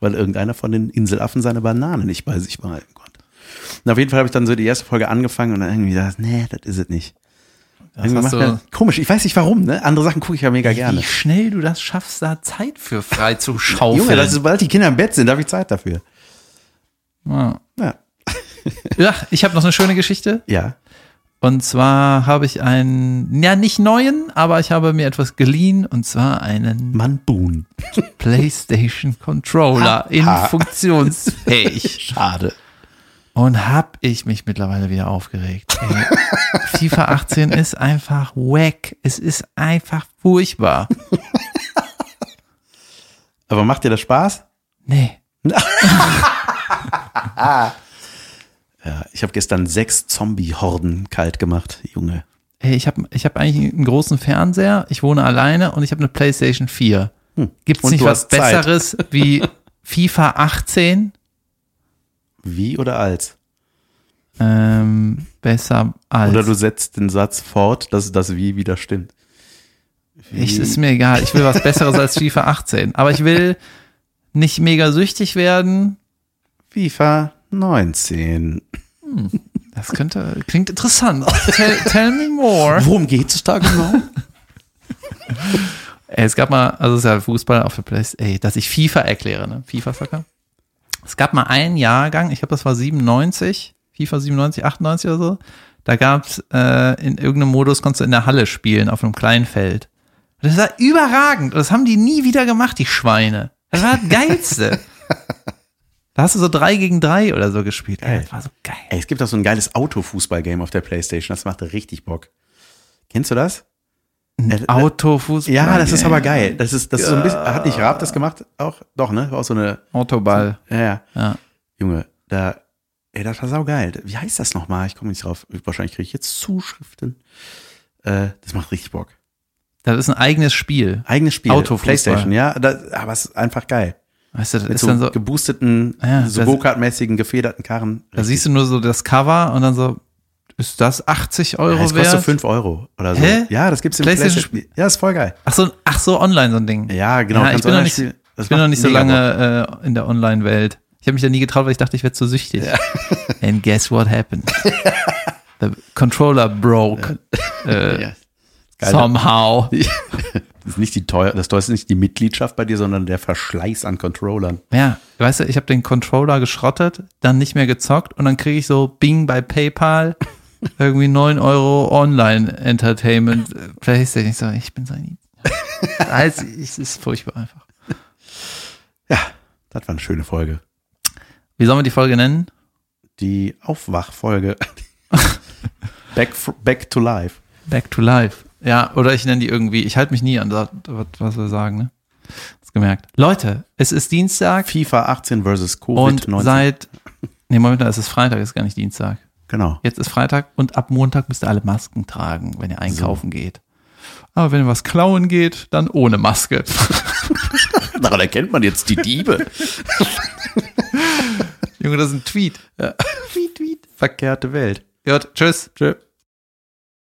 Weil irgendeiner von den Inselaffen seine Banane nicht bei sich behalten konnte. Und auf jeden Fall habe ich dann so die erste Folge angefangen und dann irgendwie gedacht, nee, das ist es nicht.
Das
Irgendwie
hast
macht
du,
mir- komisch, ich weiß nicht warum, ne? Andere Sachen gucke ich ja mega gerne.
wie schnell du das schaffst, da Zeit für frei zu schaufeln.
Junge, das ist, sobald die Kinder im Bett sind, habe ich Zeit dafür.
ja.
Ja.
ja, ich habe noch eine schöne Geschichte.
Ja.
Und zwar habe ich einen, ja nicht neuen, aber ich habe mir etwas geliehen und zwar einen
Mann, Boon.
PlayStation Controller in funktionsfähig.
Schade.
Und hab ich mich mittlerweile wieder aufgeregt. Ey, FIFA 18 ist einfach wack. Es ist einfach furchtbar.
Aber macht dir das Spaß?
Nee.
Ja, ich habe gestern sechs Zombie-Horden kalt gemacht, Junge.
Ey, ich habe ich hab eigentlich einen großen Fernseher, ich wohne alleine und ich habe eine PlayStation 4. Gibt's
Hm. Und
nicht
du
was
hast Zeit.
Besseres wie FIFA 18?
Wie oder als?
Ähm, besser als.
Oder du setzt den Satz fort, dass das Wie wieder stimmt.
Ich, ist mir egal. Ich will was Besseres als FIFA 18. Aber ich will nicht mega süchtig werden.
FIFA 19.
Hm, Das könnte, klingt interessant. Tell, tell me more.
Worum geht es da genau?
Ey, es gab mal, also es ist ja Fußball auf der Playstation, ey, dass ich FIFA erkläre, ne? FIFA-Soccer. Es gab mal einen Jahrgang, ich glaube, das war 97, FIFA 97, 98 oder so. Da gab's äh, in irgendeinem Modus konntest du in der Halle spielen, auf einem kleinen Feld. Das war überragend. Das haben die nie wieder gemacht, die Schweine. Das war das Geilste. da hast du so drei gegen drei oder so gespielt. Ey, das war so geil.
Ey, es gibt auch so ein geiles Autofußball-Game auf der Playstation. Das macht richtig Bock. Kennst du das? Äh,
Autofußball.
Ja, das ist aber geil. Das ist, das ist so ein bisschen, hat nicht Raab das gemacht? Auch? Doch, ne? War auch so eine,
Autoball.
ja, ja.
Ja.
Junge, da, ey, das war saugeil. Wie heißt das nochmal? Ich komme nicht drauf. Wahrscheinlich kriege ich jetzt Zuschriften. Äh, das macht richtig Bock.
Das ist ein eigenes Spiel.
Eigenes Spiel.
Autofußball.
Playstation, ja. Das, aber es ist einfach geil.
Weißt du, das
Mit
ist
so,
dann so Ah
geboosteten,
Ja,
so
das-
Go-Kart-mäßigen, gefederten Karren.
Da siehst du nur so das Cover und dann so, ist das 80
ja,
Euro
das
wert?
kostet 5 Euro oder so.
Hä?
Ja, das gibt's im
PlayStation-
PlayStation. PlayStation ja, ist voll geil.
Ach so, ach so, online so ein Ding.
Ja, genau.
Ja, ich
kannst
bin noch
online
nicht,
spielen. Das
ich bin noch
macht
nicht so
mega Bock.
lange äh, in der Online-Welt. Ich habe mich da nie getraut, weil ich dachte, ich werde zu süchtig. And guess what happened? The controller broke äh,
Ja. Geil.
somehow.
Das ist nicht die teuer, das teuerste ist nicht die Mitgliedschaft bei dir, sondern der Verschleiß an Controllern.
Ja, weißt du, ich habe den Controller geschrottet, dann nicht mehr gezockt und dann kriege ich so Bing bei PayPal irgendwie 9 Euro Online-Entertainment äh, PlayStation. Ich so, ich bin so ein. Also, es ist furchtbar einfach.
Ja, das
Das war eine schöne Folge.
Wie sollen wir die Folge nennen?
Die Aufwachfolge. back, f- back to life.
Back to Life. Ja, oder ich nenne die irgendwie, ich halte mich nie an das, was, was wir sagen, ne? Hast gemerkt. Leute, es ist Dienstag
FIFA 18 versus
und
Covid-19.
seit, nee, Moment, mal, es ist Freitag, ist gar nicht Dienstag.
Genau.
Jetzt ist Freitag und ab Montag müsst ihr alle Masken tragen, wenn ihr einkaufen geht. Aber wenn ihr was klauen geht, dann ohne Maske.
Daran erkennt man jetzt die Diebe.
Junge, das ist ein Tweet.
Verkehrte Welt.
Jörg, tschüss.
Tschö.